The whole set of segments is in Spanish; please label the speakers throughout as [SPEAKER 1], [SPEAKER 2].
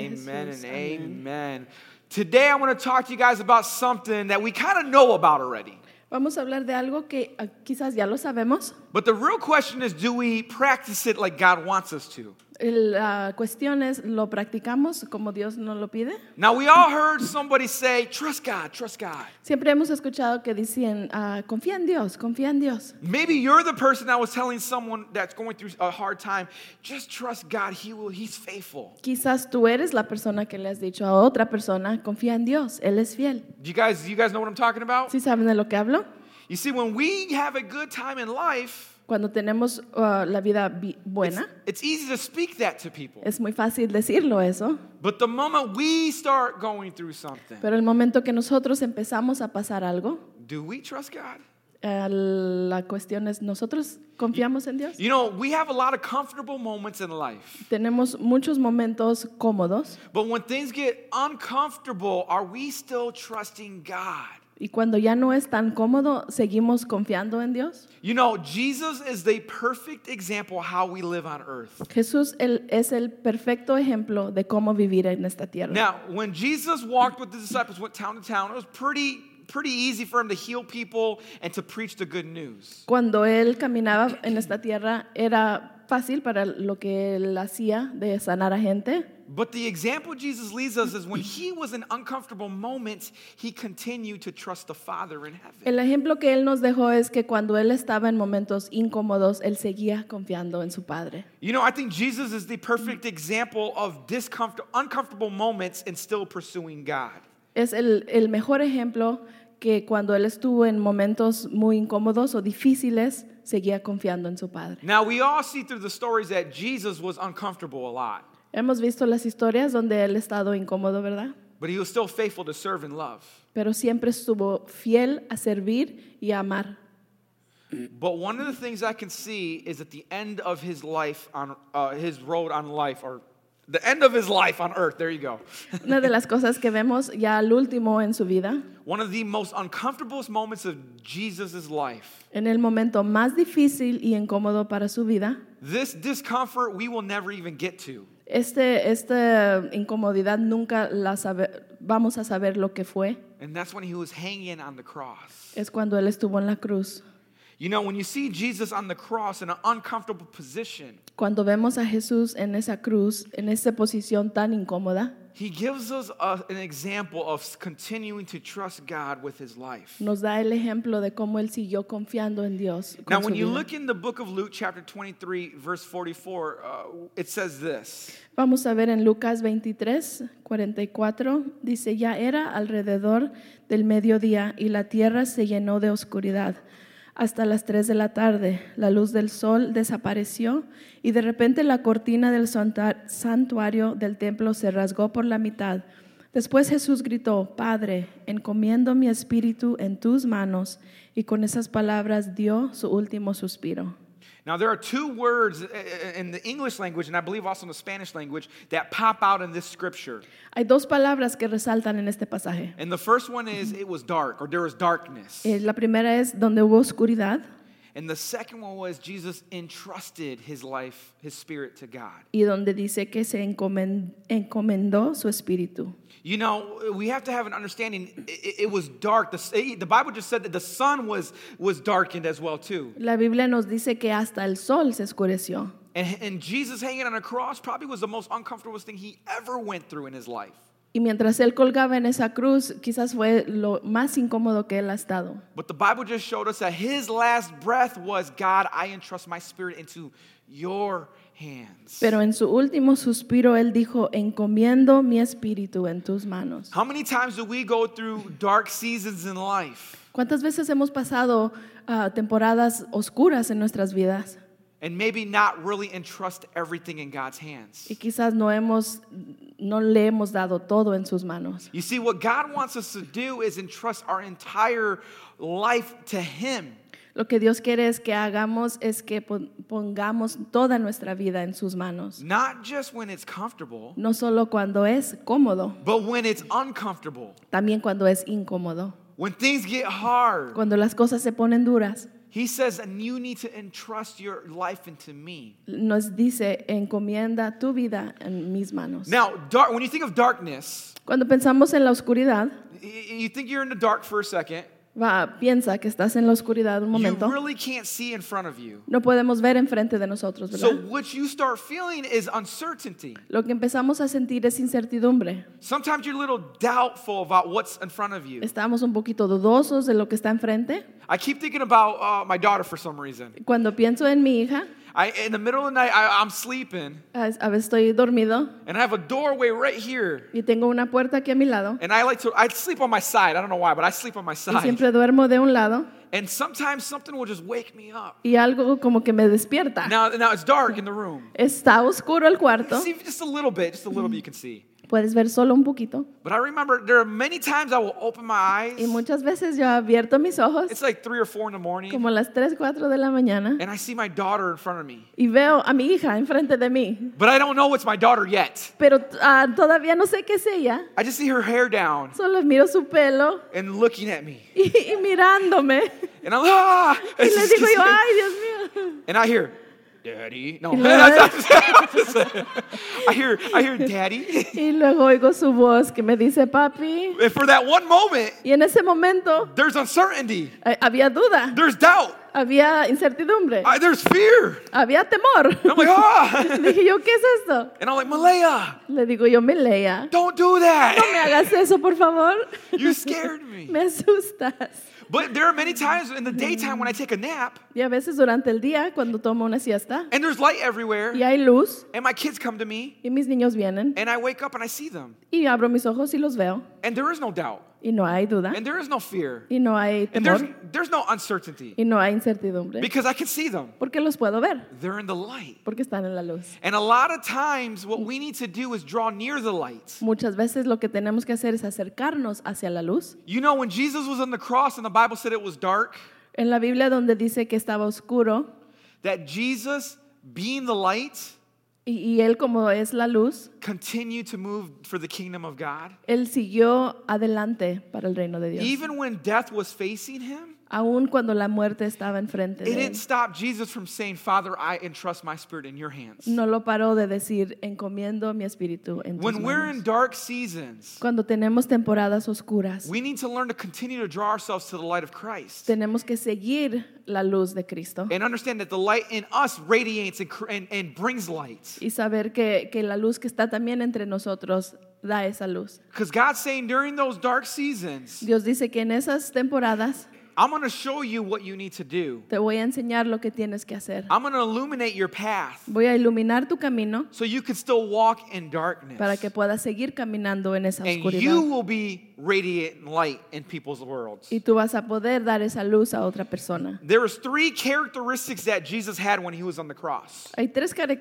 [SPEAKER 1] Amen and amen. Today I want to talk to you guys about something that we kind of know about already.
[SPEAKER 2] Vamos a hablar de algo que ah, quizás ya lo sabemos.
[SPEAKER 1] But the real question is do we practice it like God wants us to?
[SPEAKER 2] La cuestión es, ¿lo practicamos como Dios nos lo pide?
[SPEAKER 1] Now we all heard somebody say, trust God, trust God.
[SPEAKER 2] Siempre hemos escuchado que dicen, ah, confía en Dios, confía en Dios.
[SPEAKER 1] Maybe you're the person that was telling someone that's going through a hard time, just trust God, he will he's faithful.
[SPEAKER 2] Quizás tú eres la persona que le has dicho a otra persona, confía en Dios, Él es fiel.
[SPEAKER 1] You guys you guys know what I'm talking about?
[SPEAKER 2] ¿Sí saben de lo que hablo?
[SPEAKER 1] You see when we have a good time in life,
[SPEAKER 2] Cuando tenemos ah, la vida bi-
[SPEAKER 1] it's,
[SPEAKER 2] buena,
[SPEAKER 1] it's easy to speak that to people.
[SPEAKER 2] es muy fácil decirlo eso,
[SPEAKER 1] But the moment we start going through something,
[SPEAKER 2] pero el momento que nosotros empezamos a pasar algo,
[SPEAKER 1] do we trust God?
[SPEAKER 2] ah, la cuestión es, ¿nosotros confiamos en Dios?
[SPEAKER 1] You know, we have a lot of comfortable moments in life.
[SPEAKER 2] Tenemos muchos momentos cómodos
[SPEAKER 1] But when things get uncomfortable, are we still trusting God?
[SPEAKER 2] y cuando ya no es tan cómodo, seguimos confiando en Dios.
[SPEAKER 1] You know, Jesus is the perfect example how we live on earth.
[SPEAKER 2] Jesús él es el perfecto ejemplo de cómo vivir en esta tierra.
[SPEAKER 1] Now, when Jesus walked with the disciples, went town to town, it was pretty pretty easy for him to heal people and to preach the good news.
[SPEAKER 2] Cuando él caminaba en esta tierra era fácil para lo que él hacía de sanar a gente,
[SPEAKER 1] But the example Jesus leaves us is when he was in uncomfortable moments, he continued to trust the Father in heaven.
[SPEAKER 2] El ejemplo que él nos dejó es que cuando él estaba en momentos incómodos, él seguía confiando en su Padre.
[SPEAKER 1] You know, I think Jesus is the perfect example of discomfort, uncomfortable moments and still pursuing God.
[SPEAKER 2] Es el, el mejor ejemplo que cuando él estuvo en momentos muy incómodos o difíciles, seguía confiando en su Padre.
[SPEAKER 1] Now, we all see through the stories that Jesus was uncomfortable a lot,
[SPEAKER 2] Hemos visto las historias donde él ha estado incómodo, ¿verdad?
[SPEAKER 1] but he was still faithful to serve and love.
[SPEAKER 2] Pero siempre estuvo fiel a servir y a amar.
[SPEAKER 1] But one of the things I can see is at the end of his life on uh, his road on life, or the end of his life on earth, there you go.
[SPEAKER 2] Una de las cosas que vemos ya al último en su vida,
[SPEAKER 1] One of the most uncomfortable moments of Jesus' life.
[SPEAKER 2] en el momento más difícil y incómodo para su vida,
[SPEAKER 1] This discomfort we will never even get to.
[SPEAKER 2] Este, esta incomodidad nunca la sabe- vamos a saber lo que fue.
[SPEAKER 1] And that's when he was hanging on the cross.
[SPEAKER 2] Es cuando Él estuvo en la cruz.
[SPEAKER 1] You know, when you see Jesus on the cross in an uncomfortable position,
[SPEAKER 2] Cuando vemos a Jesús en esa cruz, en esa posición tan incómoda,
[SPEAKER 1] he gives us a- an example of continuing to trust God with his life.
[SPEAKER 2] nos da el ejemplo de cómo Él siguió confiando en Dios. con
[SPEAKER 1] Now,
[SPEAKER 2] su
[SPEAKER 1] when you
[SPEAKER 2] vida.
[SPEAKER 1] look in the book of Luke, chapter 23, verse 44, uh, it says this
[SPEAKER 2] Vamos a ver en Lucas 23, 44, dice, ya era alrededor del mediodía y la tierra se llenó de oscuridad. Hasta las 3 de la tarde la luz del sol desapareció y de repente la cortina del santa- santuario del templo se rasgó por la mitad. Después Jesús gritó, Padre, encomiendo mi espíritu en tus manos y con esas palabras dio su último suspiro.
[SPEAKER 1] Now, there are two words i- i- in the English language, and I believe also in the Spanish language, that pop out in this scripture.
[SPEAKER 2] Hay dos palabras que resaltan en este pasaje.
[SPEAKER 1] And the first one is, it was dark, or there was darkness.
[SPEAKER 2] Eh, La primera es donde hubo oscuridad
[SPEAKER 1] And the second one was, Jesus entrusted his life, his spirit to God.
[SPEAKER 2] y donde dice que se encomen- encomendó su espíritu.
[SPEAKER 1] You know, we have to have an understanding. I- I- It, was dark. The, s- the Bible just said that the sun was was darkened as well too.
[SPEAKER 2] La Biblia nos dice que hasta el sol se oscureció.
[SPEAKER 1] And, and Jesus hanging on a cross probably was the most uncomfortable thing he ever went through in his life.
[SPEAKER 2] Y mientras él colgaba en esa cruz, quizás fue lo más incómodo que él ha estado.
[SPEAKER 1] But the Bible just showed us that his last breath was, "God, I entrust my spirit into your hands."
[SPEAKER 2] Pero en su último suspiro él dijo, encomiendo mi espíritu en tus manos.
[SPEAKER 1] How many times do we go through dark seasons in life?
[SPEAKER 2] ¿Cuántas veces hemos pasado ah, temporadas oscuras en nuestras vidas?
[SPEAKER 1] And maybe not really entrust everything in God's hands.
[SPEAKER 2] Y quizás no, hemos, no le hemos dado todo en sus manos.
[SPEAKER 1] You see, what God wants us to do is entrust our entire life to Him.
[SPEAKER 2] Lo que Dios quiere es que hagamos es que pon- pongamos toda nuestra vida en sus manos,
[SPEAKER 1] Not just when it's comfortable,
[SPEAKER 2] no solo cuando es cómodo,
[SPEAKER 1] but when it's uncomfortable,
[SPEAKER 2] también cuando es incómodo,
[SPEAKER 1] when things get hard,
[SPEAKER 2] cuando las cosas se ponen duras.
[SPEAKER 1] He says, and you need to entrust your life into me.
[SPEAKER 2] nos dice, encomienda tu vida en mis manos.
[SPEAKER 1] Now, dark, when you think of darkness,
[SPEAKER 2] Cuando pensamos en la oscuridad,
[SPEAKER 1] y- you think you're in the dark for a second.
[SPEAKER 2] va, piensa que estás en la oscuridad un
[SPEAKER 1] You
[SPEAKER 2] momento.
[SPEAKER 1] really can't see in front of you.
[SPEAKER 2] No podemos ver enfrente de nosotros,
[SPEAKER 1] So,
[SPEAKER 2] ¿verdad?
[SPEAKER 1] what you start feeling is uncertainty.
[SPEAKER 2] Lo que empezamos a sentir es incertidumbre.
[SPEAKER 1] Sometimes you're a little doubtful about what's in front of you.
[SPEAKER 2] Estamos un poquito dudosos de lo que está enfrente.
[SPEAKER 1] I keep thinking about uh, my daughter for some reason.
[SPEAKER 2] Cuando pienso en mi hija,
[SPEAKER 1] I, in the middle of the night, I, I'm sleeping,
[SPEAKER 2] a a veces estoy dormido
[SPEAKER 1] and I have a doorway right here.
[SPEAKER 2] y tengo una puerta aquí a mi lado
[SPEAKER 1] And I like to, I sleep on my side. I don't know why, but I sleep on my
[SPEAKER 2] y
[SPEAKER 1] side.
[SPEAKER 2] siempre duermo de un lado
[SPEAKER 1] And sometimes something will just wake me up.
[SPEAKER 2] y algo como que me despierta.
[SPEAKER 1] Now, now it's dark in the room.
[SPEAKER 2] Está oscuro el cuarto,
[SPEAKER 1] See, just a little bit, just a little bit you can see.
[SPEAKER 2] puedes ver solo un poquito.
[SPEAKER 1] But I remember there are many times I will open my
[SPEAKER 2] Y
[SPEAKER 1] eyes.
[SPEAKER 2] muchas veces yo abierto mis ojos
[SPEAKER 1] It's like three or four in the morning,
[SPEAKER 2] como a las 3, 4 de la mañana
[SPEAKER 1] and I see my daughter in front of me.
[SPEAKER 2] y veo a mi hija enfrente de mí,
[SPEAKER 1] But I don't know it's my daughter yet.
[SPEAKER 2] pero ah, todavía no sé qué es ella,
[SPEAKER 1] I just see her hair down
[SPEAKER 2] solo miro su pelo
[SPEAKER 1] and looking at me.
[SPEAKER 2] y, y mirándome.
[SPEAKER 1] And I'm ah!
[SPEAKER 2] Y
[SPEAKER 1] It's
[SPEAKER 2] le
[SPEAKER 1] just-
[SPEAKER 2] digo yo, ay, Dios mío.
[SPEAKER 1] And I hear, Daddy. No,
[SPEAKER 2] Y
[SPEAKER 1] I hear, I hear, Daddy.
[SPEAKER 2] Y luego oigo su voz que me dice, papi.
[SPEAKER 1] And for that one moment,
[SPEAKER 2] Y en ese momento
[SPEAKER 1] there's uncertainty,
[SPEAKER 2] eh, había duda,
[SPEAKER 1] there's doubt,
[SPEAKER 2] había incertidumbre,
[SPEAKER 1] I- there's fear.
[SPEAKER 2] había temor.
[SPEAKER 1] And I'm like, ah!
[SPEAKER 2] Dije yo, ¿qué es esto?
[SPEAKER 1] And I'm like, Malaya,
[SPEAKER 2] Le digo yo, Melea,
[SPEAKER 1] don't
[SPEAKER 2] no
[SPEAKER 1] do
[SPEAKER 2] me
[SPEAKER 1] that.
[SPEAKER 2] hagas eso, por favor.
[SPEAKER 1] You scared me.
[SPEAKER 2] Me asustas.
[SPEAKER 1] But there are many times in the daytime when I take a nap
[SPEAKER 2] Y a veces durante el día, cuando tomo una siesta,
[SPEAKER 1] and there's light everywhere,
[SPEAKER 2] y hay luz,
[SPEAKER 1] and my kids come to me,
[SPEAKER 2] y mis niños vienen,
[SPEAKER 1] and I wake up and I see them,
[SPEAKER 2] y abro mis ojos y los veo,
[SPEAKER 1] and there is no doubt,
[SPEAKER 2] y no hay duda,
[SPEAKER 1] and there is no fear,
[SPEAKER 2] y no hay
[SPEAKER 1] and there's,
[SPEAKER 2] temor,
[SPEAKER 1] there's no uncertainty
[SPEAKER 2] y no hay incertidumbre,
[SPEAKER 1] because I can see them.
[SPEAKER 2] porque los puedo ver,
[SPEAKER 1] They're in the light.
[SPEAKER 2] porque están en la luz.
[SPEAKER 1] And a lot of times, what we need to do is draw near the light.
[SPEAKER 2] Muchas veces lo que tenemos que hacer es acercarnos hacia la luz.
[SPEAKER 1] You know, when Jesus was on the cross and the Bible said it was dark,
[SPEAKER 2] En la Biblia donde dice que estaba oscuro,
[SPEAKER 1] that Jesus, being the light,
[SPEAKER 2] y, y él como es la luz,
[SPEAKER 1] continued to move for the kingdom of God.
[SPEAKER 2] él siguió adelante para el reino de Dios.
[SPEAKER 1] Even when death was facing him,
[SPEAKER 2] Aún cuando la muerte estaba enfrente
[SPEAKER 1] it
[SPEAKER 2] de él,
[SPEAKER 1] didn't stop Jesus from saying, Father, I entrust my spirit in your hands.
[SPEAKER 2] no lo paró de decir, encomiendo mi espíritu en tus
[SPEAKER 1] When we're
[SPEAKER 2] manos".
[SPEAKER 1] in dark seasons,
[SPEAKER 2] Cuando tenemos temporadas oscuras,
[SPEAKER 1] we need to learn to continue to draw ourselves to the light of Christ
[SPEAKER 2] tenemos que seguir la luz de Cristo
[SPEAKER 1] and understand that the light in us radiates and, cr- and, and brings light.
[SPEAKER 2] y saber que, que la luz que está también entre nosotros da esa luz.
[SPEAKER 1] Because God's saying during those dark seasons,
[SPEAKER 2] Dios dice que en esas temporadas
[SPEAKER 1] I'm going to show you what you need to do.
[SPEAKER 2] te voy a enseñar lo que tienes que hacer.
[SPEAKER 1] I'm going to illuminate your path
[SPEAKER 2] Voy a iluminar tu camino
[SPEAKER 1] so you can still walk in
[SPEAKER 2] para
[SPEAKER 1] darkness.
[SPEAKER 2] que puedas seguir caminando en esa
[SPEAKER 1] And you
[SPEAKER 2] oscuridad.
[SPEAKER 1] will be radiant light in people's worlds.
[SPEAKER 2] Y tú vas a poder dar esa luz a otra persona.
[SPEAKER 1] There was three characteristics that Jesus had when he was on the cross.
[SPEAKER 2] Hay tres care-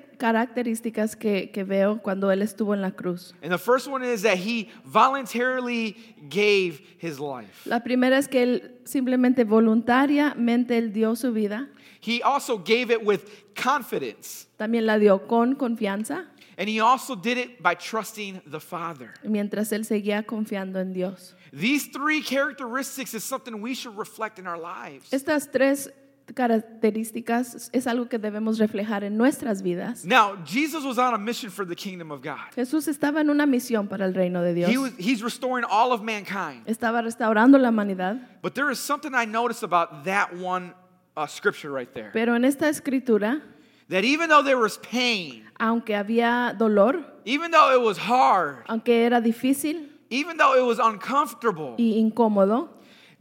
[SPEAKER 2] características que, que veo cuando Él estuvo en la cruz.
[SPEAKER 1] And the first one is that he voluntarily gave his life.
[SPEAKER 2] La primera es que Él simplemente voluntariamente Él dio su vida,
[SPEAKER 1] He also gave it with confidence.
[SPEAKER 2] también la dio con confianza,
[SPEAKER 1] And he also did it by trusting the Father.
[SPEAKER 2] mientras él seguía confiando en Dios.
[SPEAKER 1] These three characteristics is something we should reflect in our lives.
[SPEAKER 2] Estas tres características es algo que debemos reflejar en nuestras vidas.
[SPEAKER 1] Now, Jesus was on a mission for the kingdom of God.
[SPEAKER 2] Jesús estaba en una misión para el reino de Dios.
[SPEAKER 1] He was, he's restoring all of mankind.
[SPEAKER 2] Estaba restaurando la humanidad,
[SPEAKER 1] But there is something I noticed about that one uh, scripture right there.
[SPEAKER 2] pero en esta escritura,
[SPEAKER 1] That even though there was pain,
[SPEAKER 2] aunque había dolor,
[SPEAKER 1] even though it was hard,
[SPEAKER 2] aunque era difícil
[SPEAKER 1] even though it was uncomfortable,
[SPEAKER 2] y incómodo,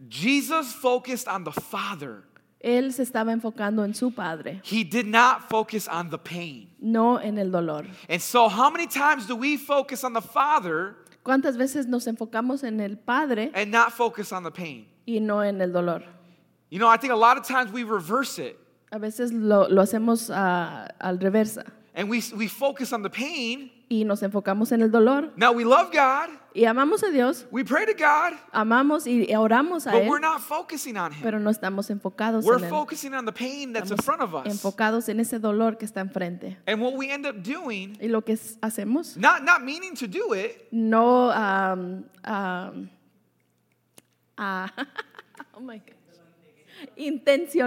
[SPEAKER 1] Jesus focused on the Father.
[SPEAKER 2] él se estaba enfocando en su Padre,
[SPEAKER 1] He did not focus on the pain.
[SPEAKER 2] no en el dolor.
[SPEAKER 1] And so, how many times do we focus on the Father
[SPEAKER 2] ¿Cuántas veces nos enfocamos en el Padre
[SPEAKER 1] and not focus on the pain?
[SPEAKER 2] y no en el dolor?
[SPEAKER 1] You know, I think a lot of times we reverse it
[SPEAKER 2] A veces lo, lo hacemos ah, al reversa.
[SPEAKER 1] and we, we focus on the pain.
[SPEAKER 2] y nos enfocamos en el dolor
[SPEAKER 1] Now, we love God,
[SPEAKER 2] y amamos a Dios,
[SPEAKER 1] we pray to God,
[SPEAKER 2] amamos y oramos a
[SPEAKER 1] but
[SPEAKER 2] Él,
[SPEAKER 1] we're not focusing on Him.
[SPEAKER 2] pero no estamos enfocados
[SPEAKER 1] We're
[SPEAKER 2] en Él.
[SPEAKER 1] focusing on the pain that's in
[SPEAKER 2] Estamos
[SPEAKER 1] front of us.
[SPEAKER 2] enfocados en ese dolor que está enfrente.
[SPEAKER 1] And what we end up doing,
[SPEAKER 2] Y lo que s- hacemos,
[SPEAKER 1] not, not meaning to do it,
[SPEAKER 2] no... um, am, am, ah, oh my God.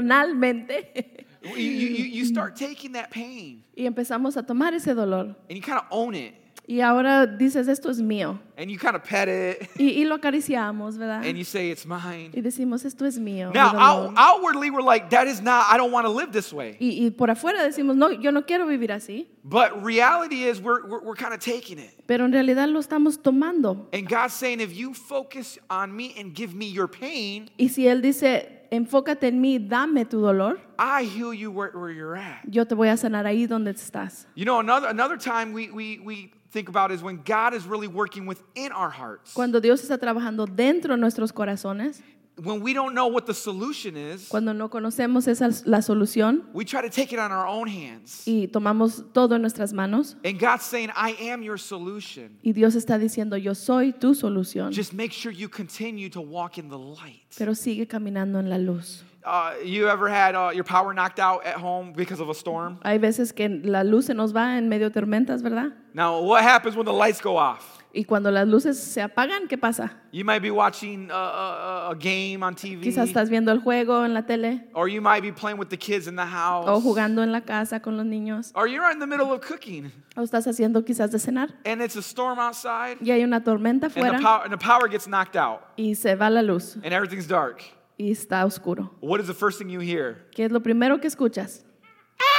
[SPEAKER 2] intencionalmente
[SPEAKER 1] You, you, you- you start taking that pain
[SPEAKER 2] y empezamos a tomar ese dolor.
[SPEAKER 1] and you kind of own it
[SPEAKER 2] Y ahora dices, esto es mío.
[SPEAKER 1] and you kind of pet it
[SPEAKER 2] Y, y lo acariciamos, ¿verdad?
[SPEAKER 1] and you say, it's mine.
[SPEAKER 2] Y decimos, esto es mío. mi
[SPEAKER 1] Now,
[SPEAKER 2] dolor".
[SPEAKER 1] out, outwardly, we're like, that is not, I don't want to live this way.
[SPEAKER 2] y, y por afuera decimos, no, yo no quiero vivir así.
[SPEAKER 1] But reality is, we're, we're, we're kind of taking it.
[SPEAKER 2] Pero en realidad lo estamos tomando.
[SPEAKER 1] And God's saying, if you focus on me and give me your pain,
[SPEAKER 2] Y si Él dice, enfócate en mí, dame tu dolor,
[SPEAKER 1] I heal you where, where you're at.
[SPEAKER 2] yo te voy a sanar ahí donde estás.
[SPEAKER 1] You know, another, another time we, we, we think about is when God is really working within our hearts.
[SPEAKER 2] Cuando Dios está trabajando dentro de nuestros corazones,
[SPEAKER 1] When we don't know what the solution is,
[SPEAKER 2] cuando no conocemos esa, la solución
[SPEAKER 1] we try to take it on our own hands.
[SPEAKER 2] y tomamos todo en nuestras manos,
[SPEAKER 1] And God's saying, I am your solution.
[SPEAKER 2] y Dios está diciendo, yo soy tu solución,
[SPEAKER 1] Just make sure you continue to walk in the light.
[SPEAKER 2] pero sigue caminando en la luz.
[SPEAKER 1] Uh, you ever had uh, your power knocked out at home because of a storm?
[SPEAKER 2] Hay veces que la luz se nos va en medio de tormentas, ¿verdad?
[SPEAKER 1] Now, what happens when the lights go off?
[SPEAKER 2] Y cuando las luces se apagan, ¿qué pasa?
[SPEAKER 1] You might be watching a, a, a game on TV,
[SPEAKER 2] Quizás estás viendo el juego en la tele
[SPEAKER 1] or you might be playing with the kids in the house,
[SPEAKER 2] o jugando en la casa con los niños
[SPEAKER 1] or you're in the middle of cooking
[SPEAKER 2] o estás haciendo quizás de cenar
[SPEAKER 1] and it's a storm outside,
[SPEAKER 2] y hay una tormenta
[SPEAKER 1] and the,
[SPEAKER 2] afuera
[SPEAKER 1] pow- and the power gets knocked out,
[SPEAKER 2] y se va la luz
[SPEAKER 1] and everything's dark.
[SPEAKER 2] y está oscuro.
[SPEAKER 1] What is the first thing you hear?
[SPEAKER 2] ¿Qué es lo primero que escuchas?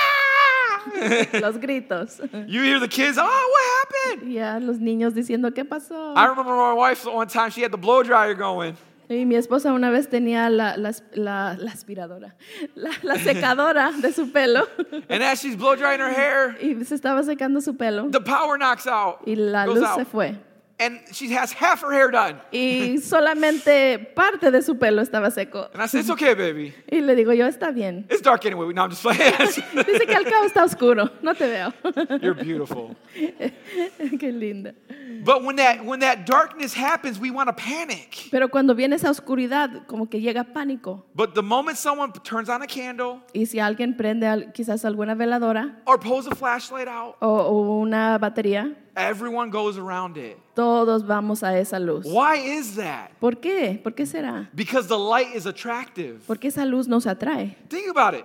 [SPEAKER 2] Ah! los gritos.
[SPEAKER 1] You hear the kids, oh, what happened?
[SPEAKER 2] Y a los niños diciendo, ¿qué pasó?
[SPEAKER 1] I remember my wife one time, she had the blow dryer going.
[SPEAKER 2] Y mi esposa una vez tenía la, la, la- la aspiradora, la, la secadora de su pelo
[SPEAKER 1] And as she's blow drying her hair,
[SPEAKER 2] y se estaba secando su pelo
[SPEAKER 1] the power knocks out.
[SPEAKER 2] y la
[SPEAKER 1] goes
[SPEAKER 2] luz
[SPEAKER 1] out.
[SPEAKER 2] se fue.
[SPEAKER 1] And she has half her hair done.
[SPEAKER 2] Y solamente parte de su pelo estaba seco.
[SPEAKER 1] And I said, It's okay, baby.
[SPEAKER 2] Y le digo, yo está bien.
[SPEAKER 1] It's dark anyway. No, I'm just playing.
[SPEAKER 2] Dice que al cabo está oscuro, no te veo.
[SPEAKER 1] You're beautiful.
[SPEAKER 2] Qué linda.
[SPEAKER 1] But when that when that darkness happens, we want to panic.
[SPEAKER 2] Pero cuando viene esa oscuridad, como que llega pánico.
[SPEAKER 1] But the moment someone turns on a candle
[SPEAKER 2] Y si alguien prende al- quizás alguna veladora
[SPEAKER 1] or pulls a flashlight out,
[SPEAKER 2] o, o una batería,
[SPEAKER 1] everyone goes around it.
[SPEAKER 2] todos vamos a esa luz.
[SPEAKER 1] Why is that?
[SPEAKER 2] ¿Por qué? ¿Por qué será?
[SPEAKER 1] Because the light is attractive.
[SPEAKER 2] Porque esa luz nos atrae.
[SPEAKER 1] Think about it.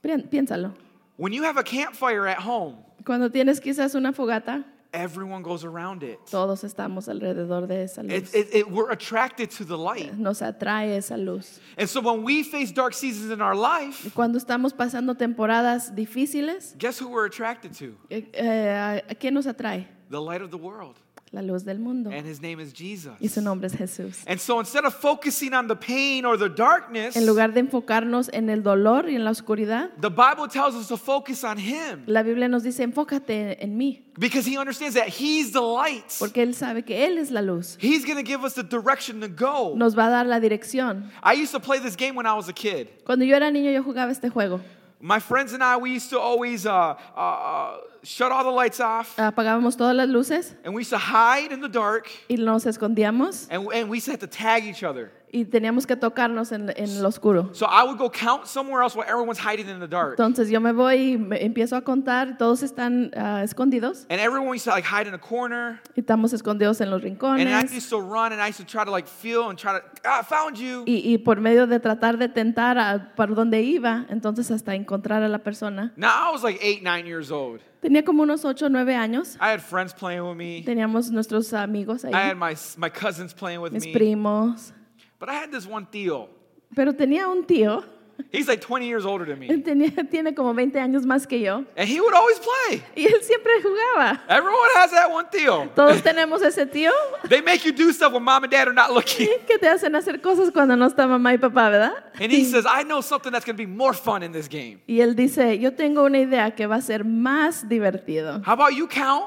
[SPEAKER 2] Pri- Piénsalo.
[SPEAKER 1] When you have a campfire at home,
[SPEAKER 2] Cuando tienes quizás una fogata,
[SPEAKER 1] everyone goes around it.
[SPEAKER 2] todos estamos alrededor de esa
[SPEAKER 1] It,
[SPEAKER 2] luz.
[SPEAKER 1] it, it- we're attracted to the light.
[SPEAKER 2] Nos atrae esa luz.
[SPEAKER 1] And so when we face dark seasons in our
[SPEAKER 2] Y
[SPEAKER 1] life,
[SPEAKER 2] Cuando estamos pasando temporadas difíciles,
[SPEAKER 1] guess who we're attracted to?
[SPEAKER 2] eh, eh, ¿a a qué nos atrae?
[SPEAKER 1] The light of the world.
[SPEAKER 2] La luz del mundo.
[SPEAKER 1] And his name is Jesus.
[SPEAKER 2] Y su nombre es Jesús.
[SPEAKER 1] And so instead of focusing on the pain or the darkness,
[SPEAKER 2] En lugar de enfocarnos en el dolor y en la oscuridad,
[SPEAKER 1] the Bible tells us to focus on him
[SPEAKER 2] la Biblia nos dice, enfócate en mí,
[SPEAKER 1] because he understands that he's the light.
[SPEAKER 2] porque Él sabe que Él es la luz.
[SPEAKER 1] He's going to give us the direction to go.
[SPEAKER 2] Nos va a dar la dirección.
[SPEAKER 1] I used to play this game when I was a kid.
[SPEAKER 2] Cuando yo era niño yo jugaba este juego.
[SPEAKER 1] My friends and I, we used to always uh, uh, shut all the lights off
[SPEAKER 2] Apagábamos todas las luces
[SPEAKER 1] and we used to hide in the dark
[SPEAKER 2] y nos escondíamos
[SPEAKER 1] and, and we used to have to tag each other.
[SPEAKER 2] y teníamos que tocarnos en, en lo oscuro.
[SPEAKER 1] So I would go count somewhere else while everyone's hiding in the dark.
[SPEAKER 2] Entonces yo me voy y me empiezo a contar, todos están ah, escondidos
[SPEAKER 1] And everyone used to like hide in a corner.
[SPEAKER 2] y estamos escondidos en los
[SPEAKER 1] And I
[SPEAKER 2] rincones.
[SPEAKER 1] used to run and I used to try to like feel and try to, ah, I found you.
[SPEAKER 2] Y, y por medio de tratar de tentar a, para dónde iba, entonces hasta encontrar a la persona.
[SPEAKER 1] Now I was like eight, nine years old.
[SPEAKER 2] Tenía como unos 8 o 9 años.
[SPEAKER 1] I had friends playing with me.
[SPEAKER 2] Teníamos nuestros amigos
[SPEAKER 1] I
[SPEAKER 2] ahí,
[SPEAKER 1] had my my cousins playing with
[SPEAKER 2] mis
[SPEAKER 1] me.
[SPEAKER 2] primos.
[SPEAKER 1] But I had this one Theo.
[SPEAKER 2] Pero tenía un tío,
[SPEAKER 1] He's like 20 years older than me,
[SPEAKER 2] él tenía, tiene como 20 años más que yo,
[SPEAKER 1] and he would always play.
[SPEAKER 2] y él siempre jugaba.
[SPEAKER 1] Everyone has that one Theo.
[SPEAKER 2] Todos tenemos ese tío
[SPEAKER 1] They make you do stuff when mom and dad are not looking.
[SPEAKER 2] que te hacen hacer cosas cuando no está mamá y papá, ¿verdad?
[SPEAKER 1] And he says, "I know something that's going to be more fun in this game.
[SPEAKER 2] Y él dice, yo tengo una idea que va a ser más divertido.
[SPEAKER 1] How about you count?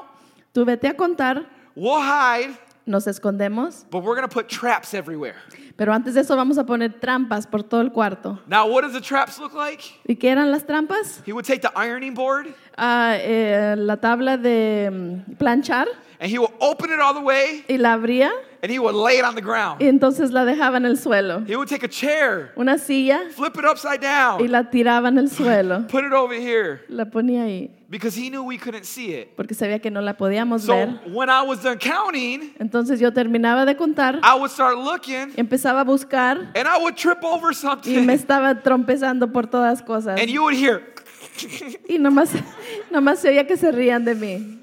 [SPEAKER 2] Tú vete a contar,
[SPEAKER 1] We'll hide,
[SPEAKER 2] nos escondemos,
[SPEAKER 1] but we're going to put traps everywhere."
[SPEAKER 2] pero antes de eso vamos a poner trampas por todo el cuarto.
[SPEAKER 1] Now, what does the traps look like?
[SPEAKER 2] ¿Y qué eran las trampas?
[SPEAKER 1] He would take the ironing board
[SPEAKER 2] Ah, eh, la tabla de mm, planchar
[SPEAKER 1] and he would open it all the way
[SPEAKER 2] y la abría
[SPEAKER 1] and he would lay it on the ground.
[SPEAKER 2] y entonces la dejaba en el suelo.
[SPEAKER 1] He would take a chair,
[SPEAKER 2] Una silla
[SPEAKER 1] flip it upside
[SPEAKER 2] y
[SPEAKER 1] down,
[SPEAKER 2] la tiraba en el suelo.
[SPEAKER 1] put it over here
[SPEAKER 2] La ponía ahí
[SPEAKER 1] because he knew we couldn't see it.
[SPEAKER 2] porque sabía que no la podíamos
[SPEAKER 1] So
[SPEAKER 2] ver.
[SPEAKER 1] when I was done counting,
[SPEAKER 2] Entonces yo terminaba de contar,
[SPEAKER 1] I would start looking
[SPEAKER 2] empezaba a buscar
[SPEAKER 1] and I would trip over
[SPEAKER 2] y me
[SPEAKER 1] something
[SPEAKER 2] estaba trompezando por todas cosas.
[SPEAKER 1] and you would hear
[SPEAKER 2] Y nomás, nomás se oía que se rían de mí.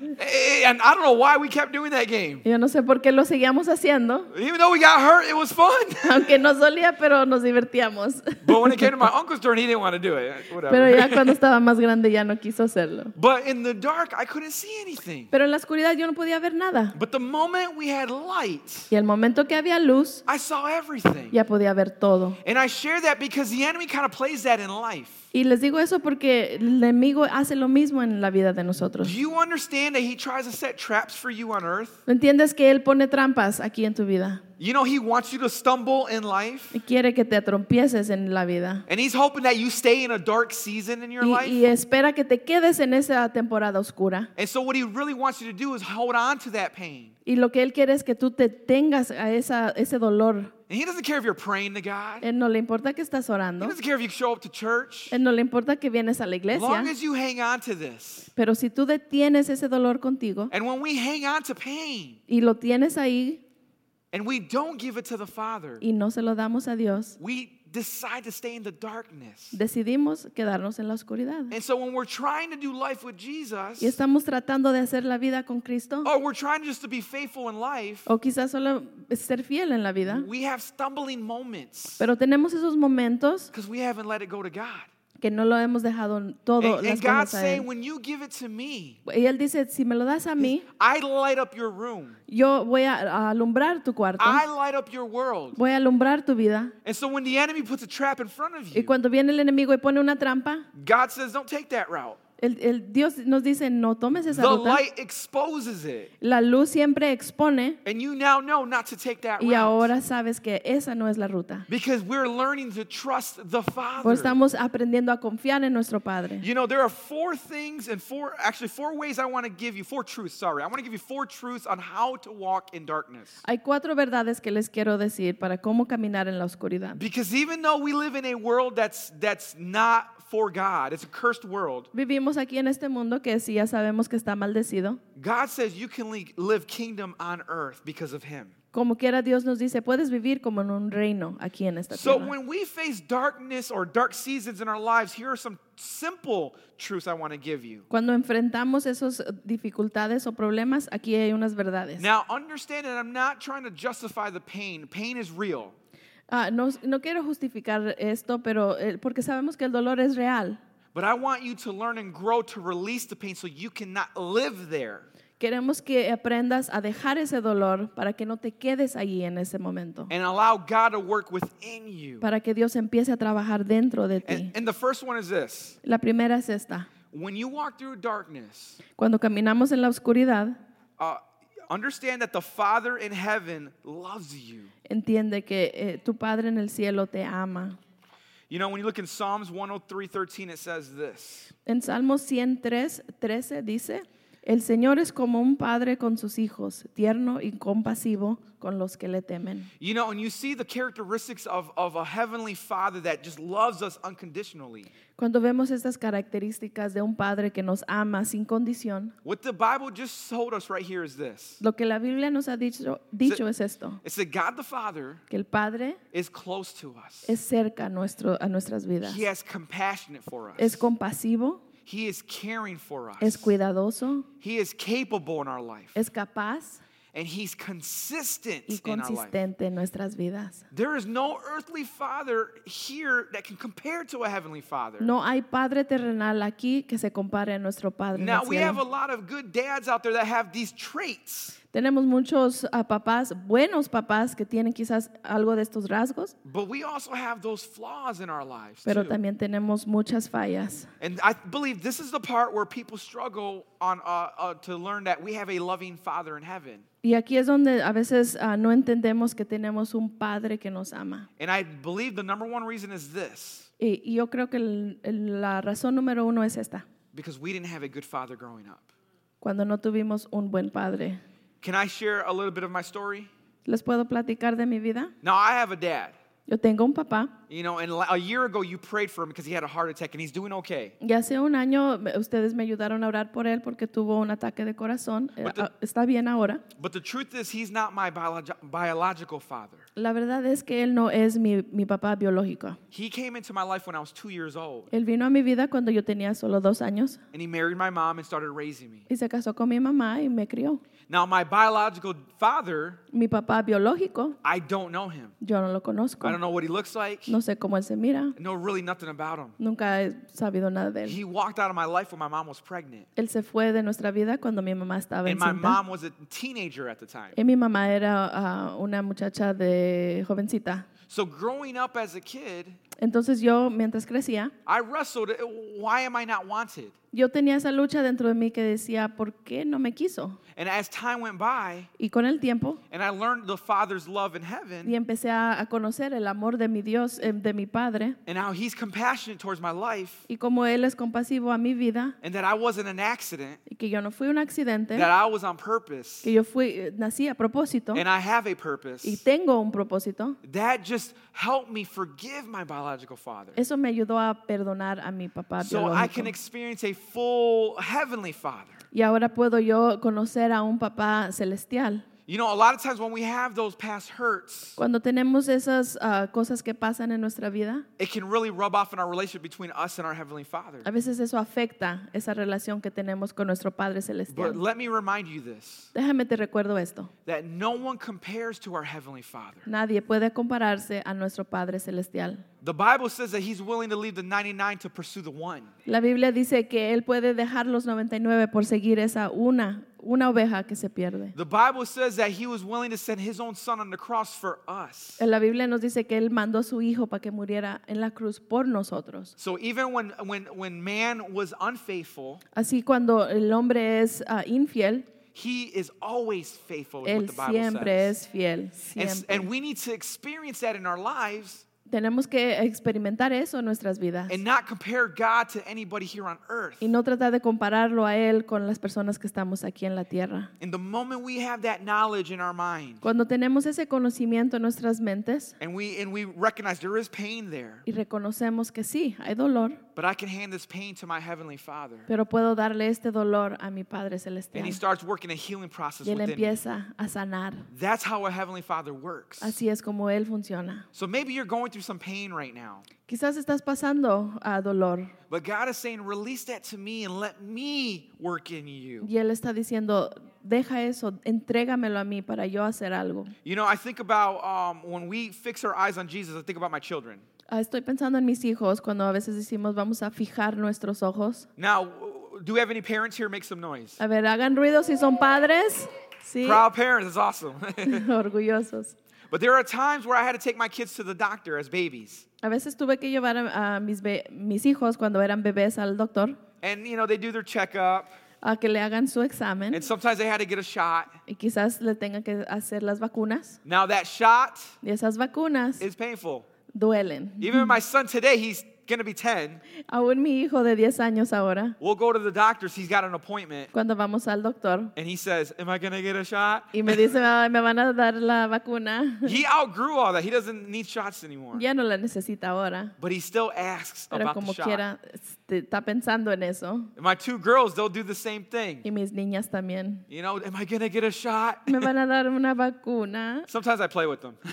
[SPEAKER 1] and I don't know why we kept doing that game.
[SPEAKER 2] Y Yo no sé por qué lo seguíamos haciendo,
[SPEAKER 1] Even though we got hurt, it was fun.
[SPEAKER 2] aunque nos dolía, pero nos divertíamos.
[SPEAKER 1] But when it came to my uncle's turn, he didn't want to do it.
[SPEAKER 2] Pero
[SPEAKER 1] Whatever.
[SPEAKER 2] ya cuando estaba más grande ya no quiso hacerlo.
[SPEAKER 1] But in the dark, I couldn't see anything.
[SPEAKER 2] Pero en la oscuridad yo no podía ver nada.
[SPEAKER 1] But the moment we had light,
[SPEAKER 2] Y al momento que había luz,
[SPEAKER 1] I saw everything.
[SPEAKER 2] ya podía ver todo.
[SPEAKER 1] And I share that because the enemy kind of plays that in life.
[SPEAKER 2] Y les digo eso porque el enemigo hace lo mismo en la vida de nosotros.
[SPEAKER 1] Do you understand that he tries to set traps for you on earth?
[SPEAKER 2] ¿No entiendes que él pone trampas aquí en tu vida?
[SPEAKER 1] You know, he wants you to stumble in life,
[SPEAKER 2] Y quiere que te atrompieses en la vida.
[SPEAKER 1] and he's hoping that you stay in a dark season in your
[SPEAKER 2] Y,
[SPEAKER 1] life.
[SPEAKER 2] y espera que te quedes en esa temporada oscura.
[SPEAKER 1] And so, what he really wants you to do is hold on to that pain.
[SPEAKER 2] Y lo que él quiere es que tú te tengas a esa, ese dolor.
[SPEAKER 1] And he doesn't care if you're praying to God,
[SPEAKER 2] Él no le importa que estás
[SPEAKER 1] he
[SPEAKER 2] orando.
[SPEAKER 1] doesn't care if you show up to church.
[SPEAKER 2] Él no le importa que vienes a la iglesia.
[SPEAKER 1] long as you hang on to this,
[SPEAKER 2] Pero si tú detienes ese dolor contigo
[SPEAKER 1] and when we hang on to pain
[SPEAKER 2] y lo tienes ahí
[SPEAKER 1] and we don't give it to the Father,
[SPEAKER 2] y no se lo damos a Dios,
[SPEAKER 1] we decide to stay in the darkness.
[SPEAKER 2] decidimos quedarnos en la oscuridad.
[SPEAKER 1] And so when we're trying to do life with Jesus,
[SPEAKER 2] Y estamos tratando de hacer la vida con Cristo.
[SPEAKER 1] or we're trying just to be faithful in life,
[SPEAKER 2] O quizás solo ser fiel en la vida.
[SPEAKER 1] we have stumbling moments
[SPEAKER 2] Pero tenemos esos momentos
[SPEAKER 1] because we haven't let it go to God.
[SPEAKER 2] que no lo hemos dejado
[SPEAKER 1] And,
[SPEAKER 2] todo
[SPEAKER 1] and
[SPEAKER 2] las
[SPEAKER 1] God's
[SPEAKER 2] cosas a
[SPEAKER 1] saying,
[SPEAKER 2] Él.
[SPEAKER 1] when you give it to me,
[SPEAKER 2] Y Él dice, si me lo das a mí,
[SPEAKER 1] I light up your room.
[SPEAKER 2] yo voy a, a alumbrar tu cuarto.
[SPEAKER 1] I light up your world.
[SPEAKER 2] Voy a alumbrar tu vida.
[SPEAKER 1] And so when the enemy puts a trap in front of
[SPEAKER 2] Y
[SPEAKER 1] you,
[SPEAKER 2] cuando viene el enemigo y pone una trampa,
[SPEAKER 1] God says, don't take that route.
[SPEAKER 2] el, el Dios nos dice, no tomes esa
[SPEAKER 1] The
[SPEAKER 2] ruta.
[SPEAKER 1] light exposes it.
[SPEAKER 2] La luz siempre expone
[SPEAKER 1] And you now know not to take that
[SPEAKER 2] y
[SPEAKER 1] route.
[SPEAKER 2] ahora sabes que esa no es la ruta.
[SPEAKER 1] Because we're learning to trust the
[SPEAKER 2] Pues
[SPEAKER 1] Father.
[SPEAKER 2] estamos aprendiendo a confiar en nuestro Padre.
[SPEAKER 1] You know, there are four things and four, actually, four ways I want to give you, four truths, sorry. I want to give you four truths on how to walk in darkness.
[SPEAKER 2] Hay cuatro verdades que les quiero decir para cómo caminar en la oscuridad.
[SPEAKER 1] Because even though we live in a world that's, that's not for God, it's a cursed world,
[SPEAKER 2] Vivimos aquí en este mundo que sí ya sabemos que está maldecido.
[SPEAKER 1] God says you can le- live kingdom on earth because of Him.
[SPEAKER 2] Como quiera Dios nos dice, puedes vivir como en un reino aquí en esta
[SPEAKER 1] So
[SPEAKER 2] tierra.
[SPEAKER 1] when we face darkness or dark seasons in our lives, here are some simple truths I want to give you.
[SPEAKER 2] Cuando enfrentamos esas dificultades o problemas, aquí hay unas verdades.
[SPEAKER 1] Now, understand that I'm not trying to justify the pain. Pain is real.
[SPEAKER 2] Ah, no, no quiero justificar esto, pero eh, porque sabemos que el dolor es real.
[SPEAKER 1] But I want you to learn and grow to release the pain so you cannot live there.
[SPEAKER 2] Queremos que aprendas a dejar ese dolor para que no te quedes allí en ese momento,
[SPEAKER 1] and allow God to work within you.
[SPEAKER 2] para que Dios empiece a trabajar dentro de ti.
[SPEAKER 1] And, and the first one is this
[SPEAKER 2] La primera es esta.
[SPEAKER 1] when you walk through darkness,
[SPEAKER 2] Cuando caminamos en la oscuridad,
[SPEAKER 1] uh, understand that the Father in heaven loves you.
[SPEAKER 2] entiende que eh, tu Padre en el cielo te ama.
[SPEAKER 1] You know, when you look in Psalms 103 13, it says this
[SPEAKER 2] En Salmo 103, 13 dice, el Señor es como un padre con sus hijos, tierno y compasivo con los que le temen.
[SPEAKER 1] You know, and you see the characteristics of, of a heavenly Father that just loves us unconditionally.
[SPEAKER 2] Cuando vemos estas características de un padre que nos ama sin condición,
[SPEAKER 1] What the Bible just told us right here is this
[SPEAKER 2] lo que la Biblia nos ha dicho, dicho es esto,
[SPEAKER 1] it said, God the Father
[SPEAKER 2] que el Padre
[SPEAKER 1] is close to us,
[SPEAKER 2] es cerca a, nuestro, a nuestras vidas.
[SPEAKER 1] He has compassionate for us,
[SPEAKER 2] Es compasivo,
[SPEAKER 1] He is caring for us.
[SPEAKER 2] es cuidadoso,
[SPEAKER 1] He is capable in our life.
[SPEAKER 2] es capaz
[SPEAKER 1] And he's consistent
[SPEAKER 2] y
[SPEAKER 1] in our life.
[SPEAKER 2] consistente en nuestras vidas.
[SPEAKER 1] There is no earthly father here that can compare to a heavenly father.
[SPEAKER 2] No hay padre terrenal aquí que se compare a nuestro Padre. en el
[SPEAKER 1] Now, we
[SPEAKER 2] cielo.
[SPEAKER 1] have a lot of good dads out there that have these traits,
[SPEAKER 2] Tenemos muchos ah, papás, buenos papás, que tienen quizás algo de estos rasgos,
[SPEAKER 1] but we also have those flaws in our lives.
[SPEAKER 2] pero
[SPEAKER 1] too.
[SPEAKER 2] también tenemos muchas fallas.
[SPEAKER 1] And I believe this is the part where people struggle on uh, uh, to learn that we have a loving father in heaven.
[SPEAKER 2] Y aquí es donde a veces ah, no entendemos que tenemos un padre que nos ama.
[SPEAKER 1] And I believe the number one reason is this
[SPEAKER 2] Y, y yo creo que el- el- la razón número uno es esta,
[SPEAKER 1] because we didn't have a good father growing up.
[SPEAKER 2] cuando no tuvimos un buen padre.
[SPEAKER 1] Can I share a little bit of my story?
[SPEAKER 2] ¿Les puedo platicar de mi vida?
[SPEAKER 1] Now, I have a dad.
[SPEAKER 2] Yo tengo un papá
[SPEAKER 1] You know, and li- a year ago you prayed for him because he had a heart attack and he's doing okay.
[SPEAKER 2] y hace un año me- ustedes me ayudaron a orar por él porque tuvo un ataque de corazón. Eh,
[SPEAKER 1] But the-
[SPEAKER 2] ah, Está bien ahora.
[SPEAKER 1] But the truth is, he's not my biologi- biological father.
[SPEAKER 2] La verdad es que él no es mi, mi papá biológico.
[SPEAKER 1] He came into my life when I was two years old
[SPEAKER 2] Él vino a mi vida cuando yo tenía solo dos años
[SPEAKER 1] and he married my mom and started raising me.
[SPEAKER 2] y se casó con mi mamá y me crió.
[SPEAKER 1] Now, my biological father,
[SPEAKER 2] Mi papá biológico,
[SPEAKER 1] I don't know him.
[SPEAKER 2] yo no lo conozco.
[SPEAKER 1] I don't know what he looks like.
[SPEAKER 2] No sé cómo él se mira.
[SPEAKER 1] know really nothing about him.
[SPEAKER 2] Nunca he sabido nada de él.
[SPEAKER 1] He walked out of my life when my mom was pregnant.
[SPEAKER 2] Él se fue de nuestra vida cuando mi mamá estaba
[SPEAKER 1] And my
[SPEAKER 2] encinta.
[SPEAKER 1] mom was a teenager at the time.
[SPEAKER 2] Y mi mamá era ah, una muchacha de jovencita.
[SPEAKER 1] So, growing up as a kid,
[SPEAKER 2] Entonces yo, mientras crecía,
[SPEAKER 1] I wrestled eh, why am I not wanted?
[SPEAKER 2] yo tenía esa lucha dentro de mí que decía, ¿por qué no me quiso?
[SPEAKER 1] And as time went by,
[SPEAKER 2] Y con el tiempo,
[SPEAKER 1] and I learned the Father's love in
[SPEAKER 2] y
[SPEAKER 1] heaven
[SPEAKER 2] empecé a, a conocer el amor de mi Dios, eh, de mi Padre,
[SPEAKER 1] and how He's compassionate towards my life,
[SPEAKER 2] y como Él es compasivo a mi vida,
[SPEAKER 1] and that I wasn't an accident,
[SPEAKER 2] y que yo no fui un accidente,
[SPEAKER 1] that I was on purpose,
[SPEAKER 2] que yo fui, eh, nací a propósito,
[SPEAKER 1] and I have a purpose.
[SPEAKER 2] y tengo un propósito,
[SPEAKER 1] That just helped me forgive my biological father
[SPEAKER 2] eso me ayudó a perdonar a mi papá
[SPEAKER 1] so I can
[SPEAKER 2] biológico.
[SPEAKER 1] experience a full heavenly father.
[SPEAKER 2] Y ahora puedo yo conocer a un papá celestial.
[SPEAKER 1] You know, a lot of times when we have those past hurts,
[SPEAKER 2] Cuando tenemos esas ah, cosas que pasan en nuestra vida,
[SPEAKER 1] it can really rub off in our relationship between us and our Heavenly Father.
[SPEAKER 2] A veces eso afecta esa relación que tenemos con nuestro Padre
[SPEAKER 1] But
[SPEAKER 2] Celestial.
[SPEAKER 1] let me remind you this
[SPEAKER 2] Déjame te recuerdo esto.
[SPEAKER 1] that no one compares to our Heavenly Father.
[SPEAKER 2] Nadie puede compararse a nuestro Padre Celestial.
[SPEAKER 1] The Bible says that He's willing to leave the 99 to pursue the one.
[SPEAKER 2] La Biblia dice que Él puede dejar los 99 por seguir esa una, una oveja que se pierde.
[SPEAKER 1] The Bible says that He was willing to send His own Son on the cross for us.
[SPEAKER 2] La Biblia nos dice que Él mandó a su Hijo para que muriera en la cruz por nosotros.
[SPEAKER 1] So even when, when, when man was unfaithful,
[SPEAKER 2] Así cuando el hombre es ah, infiel,
[SPEAKER 1] He is always faithful, is what
[SPEAKER 2] Él
[SPEAKER 1] the Bible
[SPEAKER 2] siempre
[SPEAKER 1] says.
[SPEAKER 2] es fiel.
[SPEAKER 1] And, s- and
[SPEAKER 2] siempre.
[SPEAKER 1] we need to experience that in our lives
[SPEAKER 2] Tenemos que experimentar eso en nuestras vidas.
[SPEAKER 1] and not compare God to anybody here on earth.
[SPEAKER 2] y no tratar de compararlo a él con las personas que estamos aquí en la tierra.
[SPEAKER 1] And the moment we have that knowledge in our mind
[SPEAKER 2] Cuando tenemos ese conocimiento en nuestras mentes
[SPEAKER 1] and we and we recognize there is pain there,
[SPEAKER 2] y reconocemos que sí, hay dolor,
[SPEAKER 1] but I can hand this pain to my heavenly Father.
[SPEAKER 2] pero puedo darle este dolor a mi Padre
[SPEAKER 1] And
[SPEAKER 2] Celestial.
[SPEAKER 1] he starts working a healing process
[SPEAKER 2] Y él
[SPEAKER 1] within me.
[SPEAKER 2] empieza a sanar.
[SPEAKER 1] That's how a heavenly Father works.
[SPEAKER 2] Así es como él funciona.
[SPEAKER 1] So maybe you're going through some pain right now,
[SPEAKER 2] Quizás estás pasando a dolor
[SPEAKER 1] but God is saying, "Release that to me and let me work in you."
[SPEAKER 2] y él está diciendo, deja eso, entrégamelo a mí para yo hacer algo.
[SPEAKER 1] You know, I think about um, when we fix our eyes on Jesus. I think about my children.
[SPEAKER 2] Ah, Estoy pensando en mis hijos cuando a veces decimos vamos a fijar nuestros ojos.
[SPEAKER 1] Now, w- do we have any parents here? Make some noise.
[SPEAKER 2] A ver, hagan ruido si son padres. Sí.
[SPEAKER 1] Proud parents, it's awesome.
[SPEAKER 2] orgullosos.
[SPEAKER 1] But there are times where I had to take my kids to the doctor as babies.
[SPEAKER 2] A veces tuve que llevar a, a mis, be- mis hijos cuando eran bebés al doctor
[SPEAKER 1] And, you know, they do their checkup,
[SPEAKER 2] a que le hagan su examen
[SPEAKER 1] and sometimes they had to get a shot.
[SPEAKER 2] y quizás le tengan que hacer las vacunas.
[SPEAKER 1] Now, that shot
[SPEAKER 2] Y esas vacunas
[SPEAKER 1] is painful.
[SPEAKER 2] duelen.
[SPEAKER 1] Even my son today, he's going to be 10.
[SPEAKER 2] Aún mi hijo de 10 años ahora,
[SPEAKER 1] We'll go to the doctor's, he's got an appointment,
[SPEAKER 2] cuando vamos al doctor
[SPEAKER 1] and he says, Am I going to get a shot?
[SPEAKER 2] y me dice, "Ay, me van a dar la vacuna,
[SPEAKER 1] He outgrew all that. He doesn't need shots anymore.
[SPEAKER 2] ya no la necesita ahora.
[SPEAKER 1] But he still asks
[SPEAKER 2] Pero
[SPEAKER 1] about the
[SPEAKER 2] como
[SPEAKER 1] shot.
[SPEAKER 2] quiera, este, está pensando en eso.
[SPEAKER 1] And my two girls, they'll do the same thing.
[SPEAKER 2] Y mis niñas también.
[SPEAKER 1] You know, am I going to get a shot?
[SPEAKER 2] Me van a dar una vacuna.
[SPEAKER 1] Sometimes I play with them.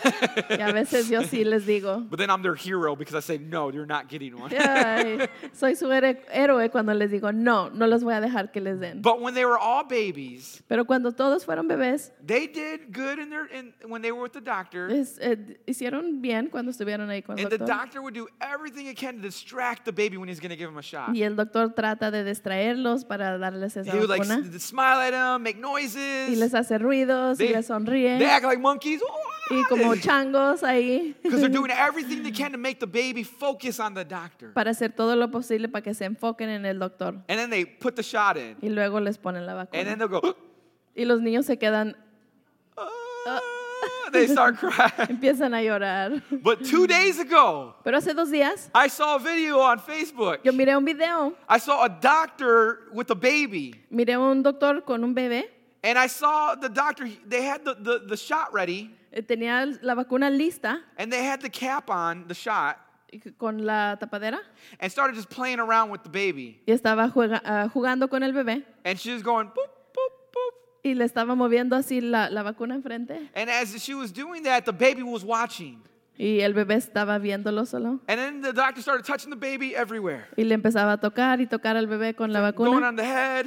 [SPEAKER 2] Y a veces yo sí les digo,
[SPEAKER 1] But then I'm their hero because I say, no, you're not getting one.
[SPEAKER 2] Ay, soy su here- héroe cuando les digo, no, no los voy a dejar que les den.
[SPEAKER 1] But when they were all babies,
[SPEAKER 2] Pero cuando todos fueron bebés,
[SPEAKER 1] they did good in their in, when they were with the doctor.
[SPEAKER 2] es- eh, hicieron bien cuando estuvieron ahí con el
[SPEAKER 1] And the
[SPEAKER 2] doctor.
[SPEAKER 1] doctor would do everything he can to distract the baby when he's going to give him a shot.
[SPEAKER 2] Y el doctor trata de distraerlos para darles esa
[SPEAKER 1] He would like
[SPEAKER 2] vacuna.
[SPEAKER 1] s- smile at him, make
[SPEAKER 2] Y les
[SPEAKER 1] noises.
[SPEAKER 2] hace ruidos, y
[SPEAKER 1] They-
[SPEAKER 2] les sonríe.
[SPEAKER 1] They act like monkeys.
[SPEAKER 2] Y como changos ahí.
[SPEAKER 1] Because they're doing everything they can to make the baby focus on the doctor.
[SPEAKER 2] Para hacer todo lo posible para que se enfoquen en el doctor.
[SPEAKER 1] And then they put the shot in.
[SPEAKER 2] Y luego les ponen la
[SPEAKER 1] And then
[SPEAKER 2] vacuna.
[SPEAKER 1] they'll go,
[SPEAKER 2] Y los niños se quedan,
[SPEAKER 1] "Ah," they start crying.
[SPEAKER 2] empiezan a llorar.
[SPEAKER 1] But two days ago,
[SPEAKER 2] Pero hace dos días,
[SPEAKER 1] I saw a video on Facebook.
[SPEAKER 2] yo miré un video.
[SPEAKER 1] I saw a doctor with a baby,
[SPEAKER 2] Miré a un doctor con un bebé
[SPEAKER 1] And I saw the doctor, he- they had the, the, the shot ready
[SPEAKER 2] Eh, Tenía la vacuna lista
[SPEAKER 1] and they had the cap on, the shot,
[SPEAKER 2] y c- con la tapadera
[SPEAKER 1] and started just playing around with the baby.
[SPEAKER 2] y estaba juega- ah, jugando con el bebé
[SPEAKER 1] And she was going boop, boop, boop.
[SPEAKER 2] y le estaba moviendo así la, la vacuna enfrente
[SPEAKER 1] And as she was doing that, the baby was watching.
[SPEAKER 2] y el bebé estaba viéndolo solo
[SPEAKER 1] And then the doctor started touching the baby everywhere.
[SPEAKER 2] y le empezaba a tocar y tocar al bebé con la
[SPEAKER 1] Going
[SPEAKER 2] vacuna
[SPEAKER 1] on the head.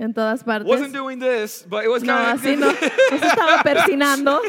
[SPEAKER 2] en todas partes.
[SPEAKER 1] Wasn't doing this, but it was
[SPEAKER 2] No,
[SPEAKER 1] kind
[SPEAKER 2] así
[SPEAKER 1] of
[SPEAKER 2] no, no se estaba persinando,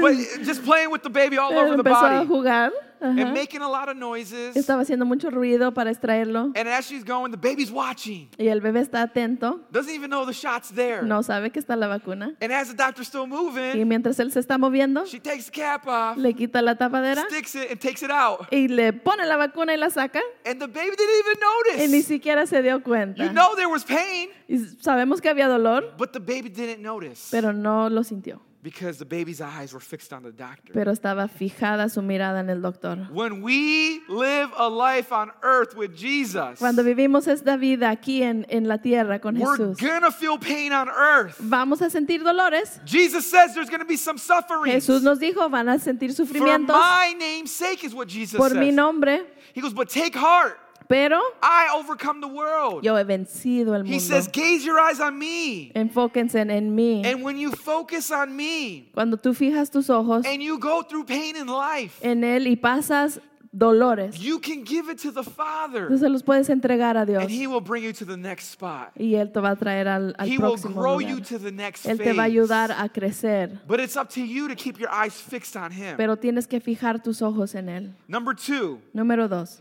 [SPEAKER 1] but just playing with the baby all
[SPEAKER 2] Él
[SPEAKER 1] over the
[SPEAKER 2] empezó a
[SPEAKER 1] body
[SPEAKER 2] jugar,
[SPEAKER 1] and
[SPEAKER 2] ajá.
[SPEAKER 1] making a lot of noises.
[SPEAKER 2] estaba haciendo mucho ruido para extraerlo
[SPEAKER 1] And as she's going, the baby's watching.
[SPEAKER 2] y el bebé está atento,
[SPEAKER 1] Doesn't even know the shot's there.
[SPEAKER 2] no sabe que está la vacuna
[SPEAKER 1] And as the doctor's still moving,
[SPEAKER 2] y mientras él se está moviendo
[SPEAKER 1] she takes the cap off,
[SPEAKER 2] le quita la tapadera
[SPEAKER 1] sticks it, and takes it out.
[SPEAKER 2] y le pone la vacuna y la saca
[SPEAKER 1] And the baby didn't
[SPEAKER 2] y
[SPEAKER 1] even
[SPEAKER 2] ni
[SPEAKER 1] notice.
[SPEAKER 2] siquiera se dio
[SPEAKER 1] You
[SPEAKER 2] cuenta.
[SPEAKER 1] know there was pain,
[SPEAKER 2] Y sabemos que había dolor,
[SPEAKER 1] but the baby didn't notice
[SPEAKER 2] pero no lo sintió.
[SPEAKER 1] because the baby's eyes were fixed on the doctor.
[SPEAKER 2] Pero estaba fijada su mirada en el doctor.
[SPEAKER 1] When we live a life on earth with Jesus,
[SPEAKER 2] Cuando vivimos esta vida aquí en, en la tierra con
[SPEAKER 1] we're
[SPEAKER 2] Jesús,
[SPEAKER 1] gonna feel pain on earth.
[SPEAKER 2] vamos a sentir dolores.
[SPEAKER 1] Jesus says there's going to be some suffering.
[SPEAKER 2] Jesús nos dijo, van a sentir
[SPEAKER 1] For
[SPEAKER 2] sufrimientos
[SPEAKER 1] my name's sake is what Jesus
[SPEAKER 2] por mi
[SPEAKER 1] says.
[SPEAKER 2] nombre,
[SPEAKER 1] He goes, but take heart.
[SPEAKER 2] pero
[SPEAKER 1] I overcome the world.
[SPEAKER 2] yo he vencido el
[SPEAKER 1] He
[SPEAKER 2] mundo.
[SPEAKER 1] says, gaze your eyes on me.
[SPEAKER 2] Enfóquense en, en mí.
[SPEAKER 1] And when you focus on me
[SPEAKER 2] Cuando tú fijas tus ojos
[SPEAKER 1] and you go through pain in life,
[SPEAKER 2] en Él y pasas dolores,
[SPEAKER 1] you can give it to the
[SPEAKER 2] tú
[SPEAKER 1] Father
[SPEAKER 2] se los puedes entregar a Dios
[SPEAKER 1] and He will bring you to the next spot.
[SPEAKER 2] y Él te va a traer al, al
[SPEAKER 1] He will
[SPEAKER 2] próximo
[SPEAKER 1] grow
[SPEAKER 2] lugar.
[SPEAKER 1] you to the next
[SPEAKER 2] Él te va a ayudar
[SPEAKER 1] phase.
[SPEAKER 2] a crecer,
[SPEAKER 1] But it's up to you to keep your eyes fixed on Him.
[SPEAKER 2] pero tienes que fijar tus ojos en Él.
[SPEAKER 1] Number two
[SPEAKER 2] Número dos,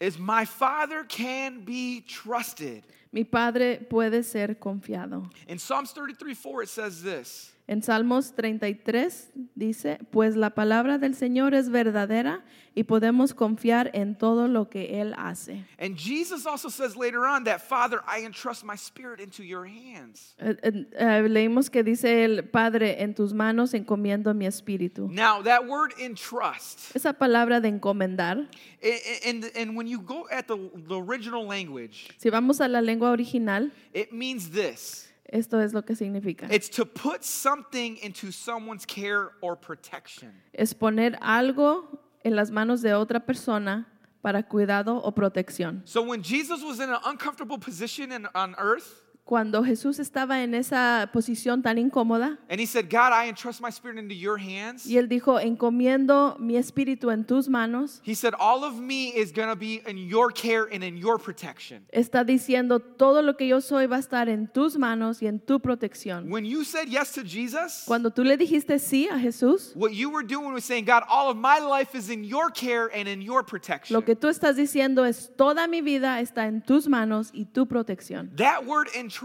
[SPEAKER 1] is my Father can be trusted.
[SPEAKER 2] mi Padre puede ser confiado.
[SPEAKER 1] In Psalms 33 4, it says this
[SPEAKER 2] En Salmos 33 dice, pues la palabra del Señor es verdadera y podemos confiar en todo lo que Él hace.
[SPEAKER 1] And Jesus also says later on that, Father, I entrust my spirit into your hands.
[SPEAKER 2] Eh, eh, eh, leímos que dice el Padre, en tus manos encomiendo mi espíritu.
[SPEAKER 1] Now, that word entrust,
[SPEAKER 2] Esa palabra de encomendar,
[SPEAKER 1] i- i- and, and when you go at the, the original language,
[SPEAKER 2] si vamos a la lengua original,
[SPEAKER 1] it means this
[SPEAKER 2] esto es lo que significa.
[SPEAKER 1] it's to put something into someone's care or protection.
[SPEAKER 2] es poner algo en las manos de otra persona para cuidado o protección.
[SPEAKER 1] So when Jesus was in an uncomfortable position in, on earth,
[SPEAKER 2] Cuando Jesús estaba en esa posición tan incómoda
[SPEAKER 1] and he said, God, I entrust my spirit into your hands.
[SPEAKER 2] y él dijo, encomiendo mi espíritu en tus manos,
[SPEAKER 1] He said, All of me is going to be in your care and in your protection.
[SPEAKER 2] está diciendo, todo lo que yo soy va a estar en tus manos y en tu protección.
[SPEAKER 1] When you said yes to Jesus,
[SPEAKER 2] Cuando tú le dijiste sí a Jesús,
[SPEAKER 1] What you were doing was saying, God, all of my life is in your care and in your protection.
[SPEAKER 2] lo que tú estás diciendo es, toda mi vida está en tus manos y tu protección.
[SPEAKER 1] that word entrust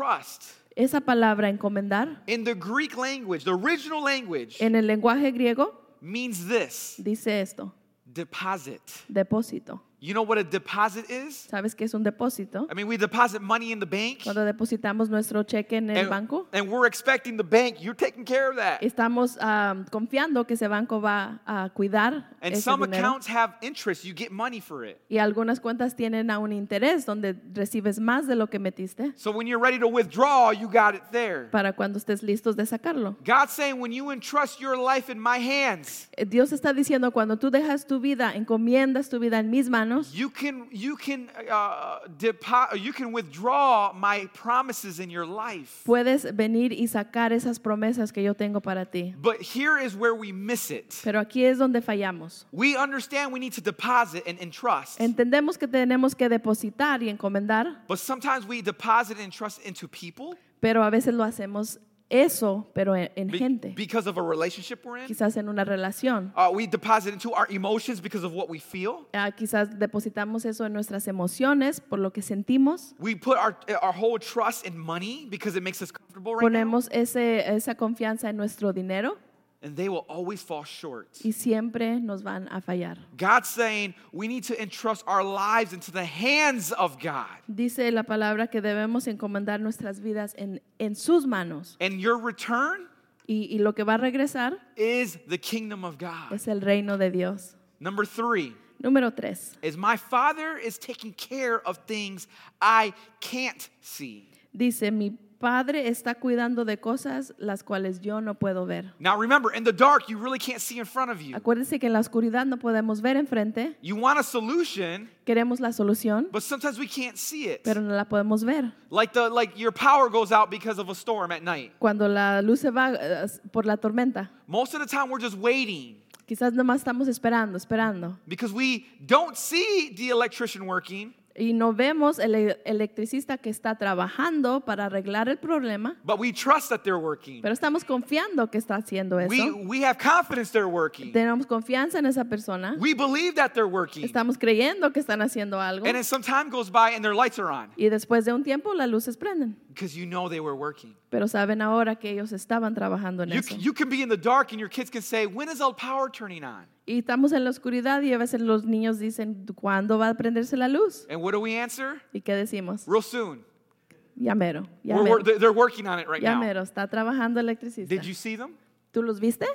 [SPEAKER 2] Esa palabra encomendar
[SPEAKER 1] in the Greek language, the original language,
[SPEAKER 2] en el lenguaje griego
[SPEAKER 1] means this
[SPEAKER 2] dice esto,
[SPEAKER 1] deposit.
[SPEAKER 2] depósito.
[SPEAKER 1] You know what a deposit is?
[SPEAKER 2] ¿Sabes que es un depósito?
[SPEAKER 1] I mean, we deposit money in the bank,
[SPEAKER 2] Cuando depositamos nuestro cheque en el
[SPEAKER 1] and,
[SPEAKER 2] banco,
[SPEAKER 1] and we're expecting the bank, you're taking care of that.
[SPEAKER 2] estamos ah, confiando que ese banco va a cuidar
[SPEAKER 1] And
[SPEAKER 2] ese
[SPEAKER 1] some
[SPEAKER 2] dinero.
[SPEAKER 1] accounts have interest, you get money for it.
[SPEAKER 2] Y algunas cuentas tienen a un interés donde recibes más de lo que metiste
[SPEAKER 1] So when you're ready to withdraw, you got it there.
[SPEAKER 2] para cuando estés listos de sacarlo.
[SPEAKER 1] God's saying, when you entrust your life in my hands,
[SPEAKER 2] Eh, Dios está diciendo, cuando tú dejas tu vida, encomiendas tu vida en mis manos,
[SPEAKER 1] You can you can uh, depo- you can withdraw my promises in your life.
[SPEAKER 2] puedes venir y sacar esas promesas que yo tengo para ti.
[SPEAKER 1] But here is where we miss it.
[SPEAKER 2] Pero aquí es donde fallamos.
[SPEAKER 1] We understand we need to deposit and entrust,
[SPEAKER 2] Entendemos que tenemos que depositar y encomendar
[SPEAKER 1] but sometimes we deposit and trust into people
[SPEAKER 2] Pero a veces lo hacemos eso, pero en, en
[SPEAKER 1] be-
[SPEAKER 2] gente,
[SPEAKER 1] because of a relationship we're in.
[SPEAKER 2] quizás en una relación.
[SPEAKER 1] Uh, we deposit into our emotions because of what we feel.
[SPEAKER 2] Ah, quizás depositamos eso en nuestras emociones, por lo que sentimos.
[SPEAKER 1] We put our our whole trust in money because it makes us comfortable right now,
[SPEAKER 2] Ponemos ese, esa confianza en nuestro dinero
[SPEAKER 1] and they will always fall short.
[SPEAKER 2] y siempre nos van a fallar.
[SPEAKER 1] God's saying we need to entrust our lives into the hands of God.
[SPEAKER 2] Dice la palabra que debemos encomendar nuestras vidas en, en sus manos
[SPEAKER 1] And your return
[SPEAKER 2] y, y lo que va a regresar
[SPEAKER 1] is the kingdom of God.
[SPEAKER 2] es el reino de Dios.
[SPEAKER 1] Number three
[SPEAKER 2] Número tres,
[SPEAKER 1] is my father is taking care of things I can't see.
[SPEAKER 2] dice mi Padre está cuidando de cosas las cuales yo no puedo ver.
[SPEAKER 1] Now remember, in the dark, you really can't see in front of you.
[SPEAKER 2] Acuérdense que en la oscuridad no podemos ver enfrente,
[SPEAKER 1] You want a solution,
[SPEAKER 2] queremos la solución,
[SPEAKER 1] but sometimes we can't see it.
[SPEAKER 2] pero no la podemos ver.
[SPEAKER 1] Like the like your power goes out because of a storm at night.
[SPEAKER 2] Cuando la luz se va eh, por la tormenta,
[SPEAKER 1] Most of the time we're just waiting
[SPEAKER 2] quizás nomás estamos esperando, esperando,
[SPEAKER 1] because we don't see the electrician working,
[SPEAKER 2] y no vemos el e- electricista que está trabajando para arreglar el problema,
[SPEAKER 1] but we trust that they're working.
[SPEAKER 2] pero estamos confiando que está haciendo
[SPEAKER 1] We
[SPEAKER 2] eso.
[SPEAKER 1] we have confidence they're working.
[SPEAKER 2] Tenemos confianza en esa persona,
[SPEAKER 1] We believe that they're working.
[SPEAKER 2] estamos creyendo que están haciendo algo,
[SPEAKER 1] And then some time goes by and their lights are on
[SPEAKER 2] y después de un tiempo las luces prenden.
[SPEAKER 1] because you know they were working.
[SPEAKER 2] Pero saben ahora que ellos estaban trabajando en
[SPEAKER 1] You,
[SPEAKER 2] eso.
[SPEAKER 1] you can be in the dark and your kids can say, When is all power turning on?
[SPEAKER 2] y estamos en la oscuridad y a veces los niños dicen, ¿cuándo va a prenderse la luz?
[SPEAKER 1] And what do we answer?
[SPEAKER 2] ¿Y qué decimos?
[SPEAKER 1] Real soon.
[SPEAKER 2] Ya mero, ya
[SPEAKER 1] We're- we're-
[SPEAKER 2] mero,
[SPEAKER 1] they're- they're working on it right
[SPEAKER 2] ya
[SPEAKER 1] now.
[SPEAKER 2] mero, está trabajando el electricista.
[SPEAKER 1] Did you see them?
[SPEAKER 2] ¿Tú los viste?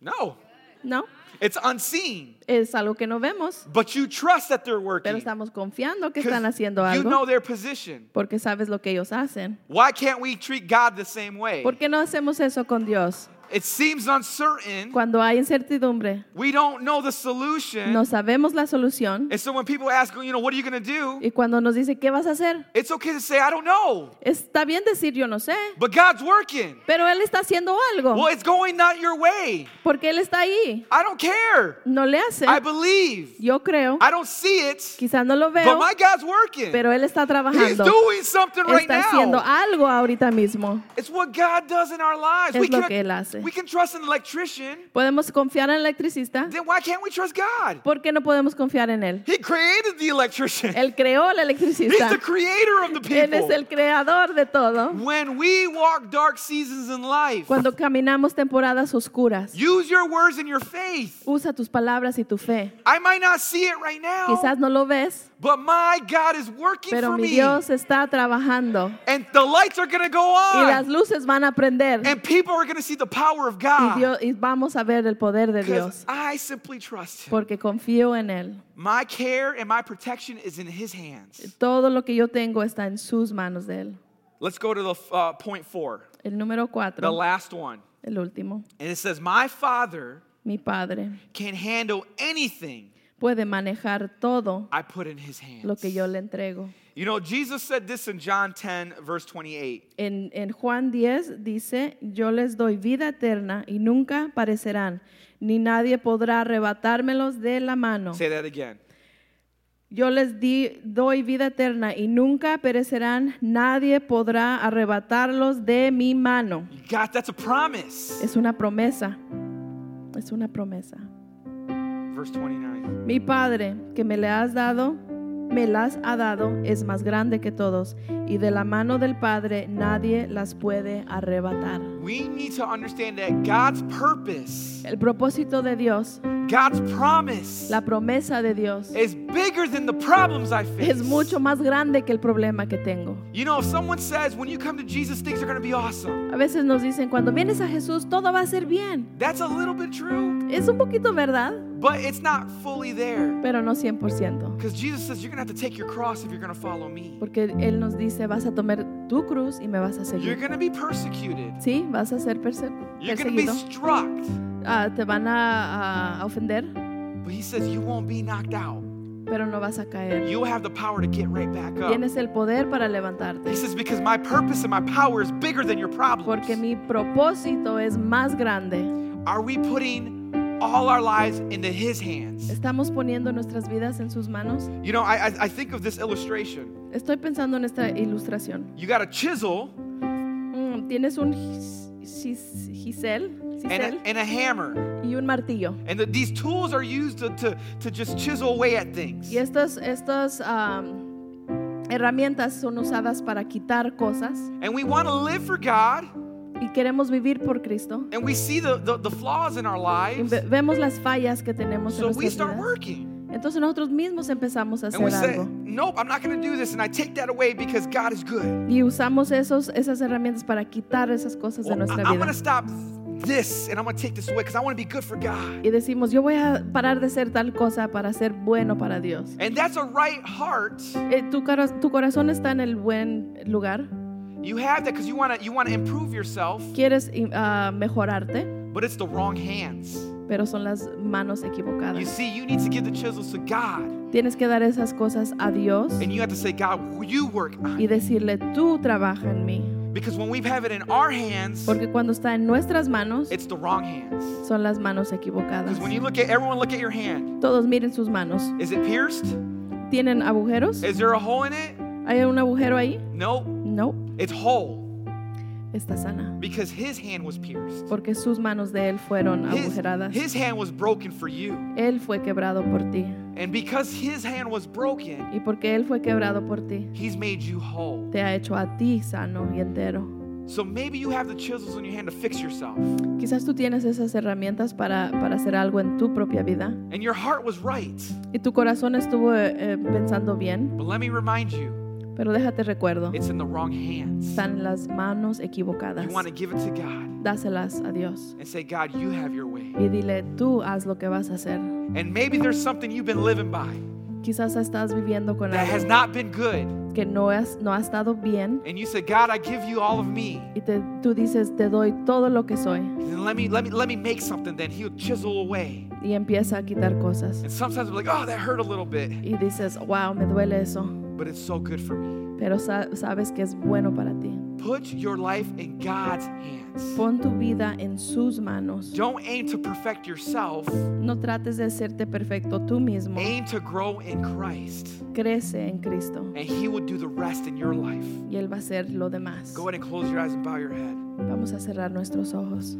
[SPEAKER 1] No.
[SPEAKER 2] No,
[SPEAKER 1] It's unseen.
[SPEAKER 2] es algo que no vemos,
[SPEAKER 1] But you trust that
[SPEAKER 2] pero
[SPEAKER 1] they're working.
[SPEAKER 2] estamos confiando que
[SPEAKER 1] 'cause
[SPEAKER 2] están haciendo
[SPEAKER 1] you know
[SPEAKER 2] algo
[SPEAKER 1] their position.
[SPEAKER 2] porque sabes lo que ellos hacen.
[SPEAKER 1] Why can't we treat God the same way?
[SPEAKER 2] ¿Por qué no hacemos eso con Dios?
[SPEAKER 1] It seems uncertain.
[SPEAKER 2] Cuando hay incertidumbre,
[SPEAKER 1] We don't know the solution.
[SPEAKER 2] no sabemos la solución
[SPEAKER 1] And so when people ask, you know, what are you going to do?
[SPEAKER 2] y cuando nos dice, ¿qué vas a hacer?
[SPEAKER 1] It's okay to say, I don't know.
[SPEAKER 2] Está bien decir, yo no sé,
[SPEAKER 1] But God's working.
[SPEAKER 2] pero Él está haciendo algo.
[SPEAKER 1] Well, it's going not your way.
[SPEAKER 2] Porque Él está ahí.
[SPEAKER 1] I don't care.
[SPEAKER 2] No le hace.
[SPEAKER 1] I believe.
[SPEAKER 2] Yo creo.
[SPEAKER 1] I don't see it.
[SPEAKER 2] Quizás no lo
[SPEAKER 1] But
[SPEAKER 2] veo,
[SPEAKER 1] my God's working.
[SPEAKER 2] pero Él está
[SPEAKER 1] He's
[SPEAKER 2] trabajando.
[SPEAKER 1] doing something right
[SPEAKER 2] Está haciendo
[SPEAKER 1] now.
[SPEAKER 2] algo ahorita mismo.
[SPEAKER 1] It's what God does in our lives.
[SPEAKER 2] Es
[SPEAKER 1] We
[SPEAKER 2] lo
[SPEAKER 1] can,
[SPEAKER 2] que Él hace.
[SPEAKER 1] we can trust an electrician.
[SPEAKER 2] Podemos confiar en el electricista.
[SPEAKER 1] Then why can't we trust God?
[SPEAKER 2] ¿Por qué no podemos confiar en Él?
[SPEAKER 1] He created the electrician.
[SPEAKER 2] Él creó al
[SPEAKER 1] He's the
[SPEAKER 2] electricista.
[SPEAKER 1] creator of the
[SPEAKER 2] Él es
[SPEAKER 1] people.
[SPEAKER 2] el creador de todo.
[SPEAKER 1] When we walk dark seasons in life,
[SPEAKER 2] Cuando caminamos temporadas oscuras,
[SPEAKER 1] use your words and your faith.
[SPEAKER 2] usa tus palabras y tu fe.
[SPEAKER 1] I might not see it right now,
[SPEAKER 2] Quizás no lo ves,
[SPEAKER 1] but my God is working
[SPEAKER 2] pero
[SPEAKER 1] for
[SPEAKER 2] mi
[SPEAKER 1] me.
[SPEAKER 2] Dios está trabajando
[SPEAKER 1] And the lights are going to go
[SPEAKER 2] y las
[SPEAKER 1] on.
[SPEAKER 2] luces van a prender
[SPEAKER 1] And people are going to see the power of
[SPEAKER 2] y,
[SPEAKER 1] God.
[SPEAKER 2] Dios- y vamos a ver el poder de
[SPEAKER 1] Because
[SPEAKER 2] Dios
[SPEAKER 1] I simply trust Him.
[SPEAKER 2] porque confío en Él.
[SPEAKER 1] My care and my protection is in His hands.
[SPEAKER 2] Todo lo que yo tengo está en sus manos de Él.
[SPEAKER 1] Let's go to the uh, point four,
[SPEAKER 2] El número
[SPEAKER 1] the
[SPEAKER 2] cuatro,
[SPEAKER 1] last one.
[SPEAKER 2] el último.
[SPEAKER 1] And it says, My Father
[SPEAKER 2] Mi Padre
[SPEAKER 1] can handle anything
[SPEAKER 2] puede manejar todo
[SPEAKER 1] I put in his hands.
[SPEAKER 2] lo que yo le entrego.
[SPEAKER 1] You know, Jesus said this in John 10, verse 28.
[SPEAKER 2] En, en Juan 10 dice, yo les doy vida eterna y nunca perecerán, ni nadie podrá arrebatármelos de la mano.
[SPEAKER 1] Say that again.
[SPEAKER 2] Yo les di, doy vida eterna y nunca perecerán, nadie podrá arrebatarlos de mi mano.
[SPEAKER 1] You got that's a promise.
[SPEAKER 2] Es una promesa, es una promesa.
[SPEAKER 1] Verse 29.
[SPEAKER 2] Mi Padre, que me le has dado, me las ha dado, es más grande que todos, y de la mano del Padre nadie las puede arrebatar.
[SPEAKER 1] We need to understand that God's purpose,
[SPEAKER 2] El propósito de Dios,
[SPEAKER 1] God's promise
[SPEAKER 2] la promesa de Dios,
[SPEAKER 1] is bigger than the problems I face.
[SPEAKER 2] es mucho más grande que el problema que tengo.
[SPEAKER 1] You know, if someone says when you come to Jesus things are going to be awesome.
[SPEAKER 2] A veces nos dicen, cuando vienes a Jesús, todo va a ser bien.
[SPEAKER 1] That's a little bit true,
[SPEAKER 2] Es un poquito verdad,
[SPEAKER 1] but it's not fully there.
[SPEAKER 2] pero no 100%.
[SPEAKER 1] Cuz Jesus says you're going to have to take your cross if you're going to follow me.
[SPEAKER 2] Porque Él nos dice, vas a tomar tu cruz y me vas a
[SPEAKER 1] You're
[SPEAKER 2] seguir.
[SPEAKER 1] going to be persecuted.
[SPEAKER 2] Sí, vas a ser perse-
[SPEAKER 1] You're going to be
[SPEAKER 2] perseguido.
[SPEAKER 1] struck.
[SPEAKER 2] Ah, te van a- a- a ofender,
[SPEAKER 1] But he says you won't be knocked out.
[SPEAKER 2] pero no vas a caer.
[SPEAKER 1] You have the power to get right back up.
[SPEAKER 2] Tienes el poder para levantarte.
[SPEAKER 1] He says, because my purpose and my power is bigger than your problems.
[SPEAKER 2] Porque mi propósito es más grande.
[SPEAKER 1] Are we putting all our lives into his hands?
[SPEAKER 2] Estamos poniendo nuestras vidas en sus manos.
[SPEAKER 1] You know, I, I, I think of this illustration.
[SPEAKER 2] Estoy pensando en esta ilustración.
[SPEAKER 1] You got a chisel
[SPEAKER 2] Mm, tienes un gis- gis- gisel,
[SPEAKER 1] and
[SPEAKER 2] cisel
[SPEAKER 1] a, and a hammer.
[SPEAKER 2] y un martillo.
[SPEAKER 1] And the, these tools are used to, to, to just chisel away at things.
[SPEAKER 2] Y estas estas am, herramientas son usadas para quitar cosas.
[SPEAKER 1] And we want to live for God,
[SPEAKER 2] Y queremos vivir por Cristo.
[SPEAKER 1] and we see the, the, the flaws in our
[SPEAKER 2] Y
[SPEAKER 1] lives.
[SPEAKER 2] ve- vemos las fallas que tenemos
[SPEAKER 1] So
[SPEAKER 2] en
[SPEAKER 1] we
[SPEAKER 2] nuestras
[SPEAKER 1] start
[SPEAKER 2] vidas.
[SPEAKER 1] working.
[SPEAKER 2] Entonces nosotros mismos empezamos a
[SPEAKER 1] And we
[SPEAKER 2] hacer
[SPEAKER 1] say,
[SPEAKER 2] algo.
[SPEAKER 1] nope, I'm not going to do this. And I take that away because God is good.
[SPEAKER 2] Y usamos esos, esas herramientas para quitar esas cosas de
[SPEAKER 1] Well, I-
[SPEAKER 2] nuestra
[SPEAKER 1] I'm going
[SPEAKER 2] vida.
[SPEAKER 1] to stop this, and I'm going to take this away because I want to be good for God.
[SPEAKER 2] Y decimos, yo voy a parar de ser tal cosa para ser bueno para Dios.
[SPEAKER 1] And that's a right heart.
[SPEAKER 2] Eh, tu, cara- tu corazón está en el buen lugar,
[SPEAKER 1] You have that because you want to you want to improve yourself,
[SPEAKER 2] Quieres y- ah, mejorarte,
[SPEAKER 1] but it's the wrong hands.
[SPEAKER 2] pero son las manos
[SPEAKER 1] You
[SPEAKER 2] equivocadas.
[SPEAKER 1] see, you need to give the chisels to God,
[SPEAKER 2] Tienes que dar esas cosas a Dios
[SPEAKER 1] and you have to say, God, will you work on
[SPEAKER 2] y
[SPEAKER 1] it?
[SPEAKER 2] decirle, tú trabaja en mí.
[SPEAKER 1] Because when we have it in our hands,
[SPEAKER 2] Porque cuando está en nuestras manos,
[SPEAKER 1] it's the wrong hands.
[SPEAKER 2] son las manos equivocadas.
[SPEAKER 1] Because when you look at everyone, look at your hand.
[SPEAKER 2] Todos miren sus manos.
[SPEAKER 1] Is it pierced?
[SPEAKER 2] ¿Tienen agujeros?
[SPEAKER 1] Is there a hole in it?
[SPEAKER 2] ¿Hay un agujero ahí?
[SPEAKER 1] No,
[SPEAKER 2] No,
[SPEAKER 1] it's whole
[SPEAKER 2] está sana.
[SPEAKER 1] because His hand was pierced.
[SPEAKER 2] Porque sus manos de Él fueron
[SPEAKER 1] His,
[SPEAKER 2] agujeradas.
[SPEAKER 1] his hand was broken for you,
[SPEAKER 2] Él fue quebrado por ti.
[SPEAKER 1] and because His hand was broken,
[SPEAKER 2] Y porque Él fue quebrado por ti,
[SPEAKER 1] He's made you whole.
[SPEAKER 2] te ha hecho a ti sano y entero.
[SPEAKER 1] So maybe you have the chisels in your hand to fix yourself.
[SPEAKER 2] Quizás tú tienes esas herramientas para, para hacer algo en tu propia vida.
[SPEAKER 1] And your heart was right.
[SPEAKER 2] Y tu corazón estuvo eh, eh, pensando bien,
[SPEAKER 1] But let me remind you,
[SPEAKER 2] pero déjate recuerdo,
[SPEAKER 1] it's in the wrong hands.
[SPEAKER 2] están en las manos equivocadas.
[SPEAKER 1] You want to give it to God
[SPEAKER 2] Dáselas a Dios
[SPEAKER 1] and say, God, you have your way.
[SPEAKER 2] y dile, tú haz lo que vas a hacer.
[SPEAKER 1] And maybe there's something you've been living by
[SPEAKER 2] Quizás estás viviendo con
[SPEAKER 1] that has
[SPEAKER 2] algo
[SPEAKER 1] not been good.
[SPEAKER 2] que no, has, no ha estado bien
[SPEAKER 1] And you say, God, I give you all of me.
[SPEAKER 2] y te, tú dices, te doy todo lo que soy
[SPEAKER 1] Then let me let me let me make something then. He'll chisel away.
[SPEAKER 2] y empieza a quitar cosas.
[SPEAKER 1] And sometimes we're like, oh, that hurt a little bit.
[SPEAKER 2] Y dices, wow, me duele eso,
[SPEAKER 1] But it's so good for me.
[SPEAKER 2] pero sa- sabes que es bueno para ti.
[SPEAKER 1] Put your life in God's hands.
[SPEAKER 2] Pon tu vida en sus manos.
[SPEAKER 1] Don't aim to perfect yourself.
[SPEAKER 2] No trates de hacerte perfecto tú mismo.
[SPEAKER 1] Aim to grow in Christ.
[SPEAKER 2] Crece en Cristo
[SPEAKER 1] And he will do the rest in your life.
[SPEAKER 2] y Él va a hacer lo demás.
[SPEAKER 1] Go ahead and close your eyes and bow your head.
[SPEAKER 2] Vamos a cerrar nuestros ojos.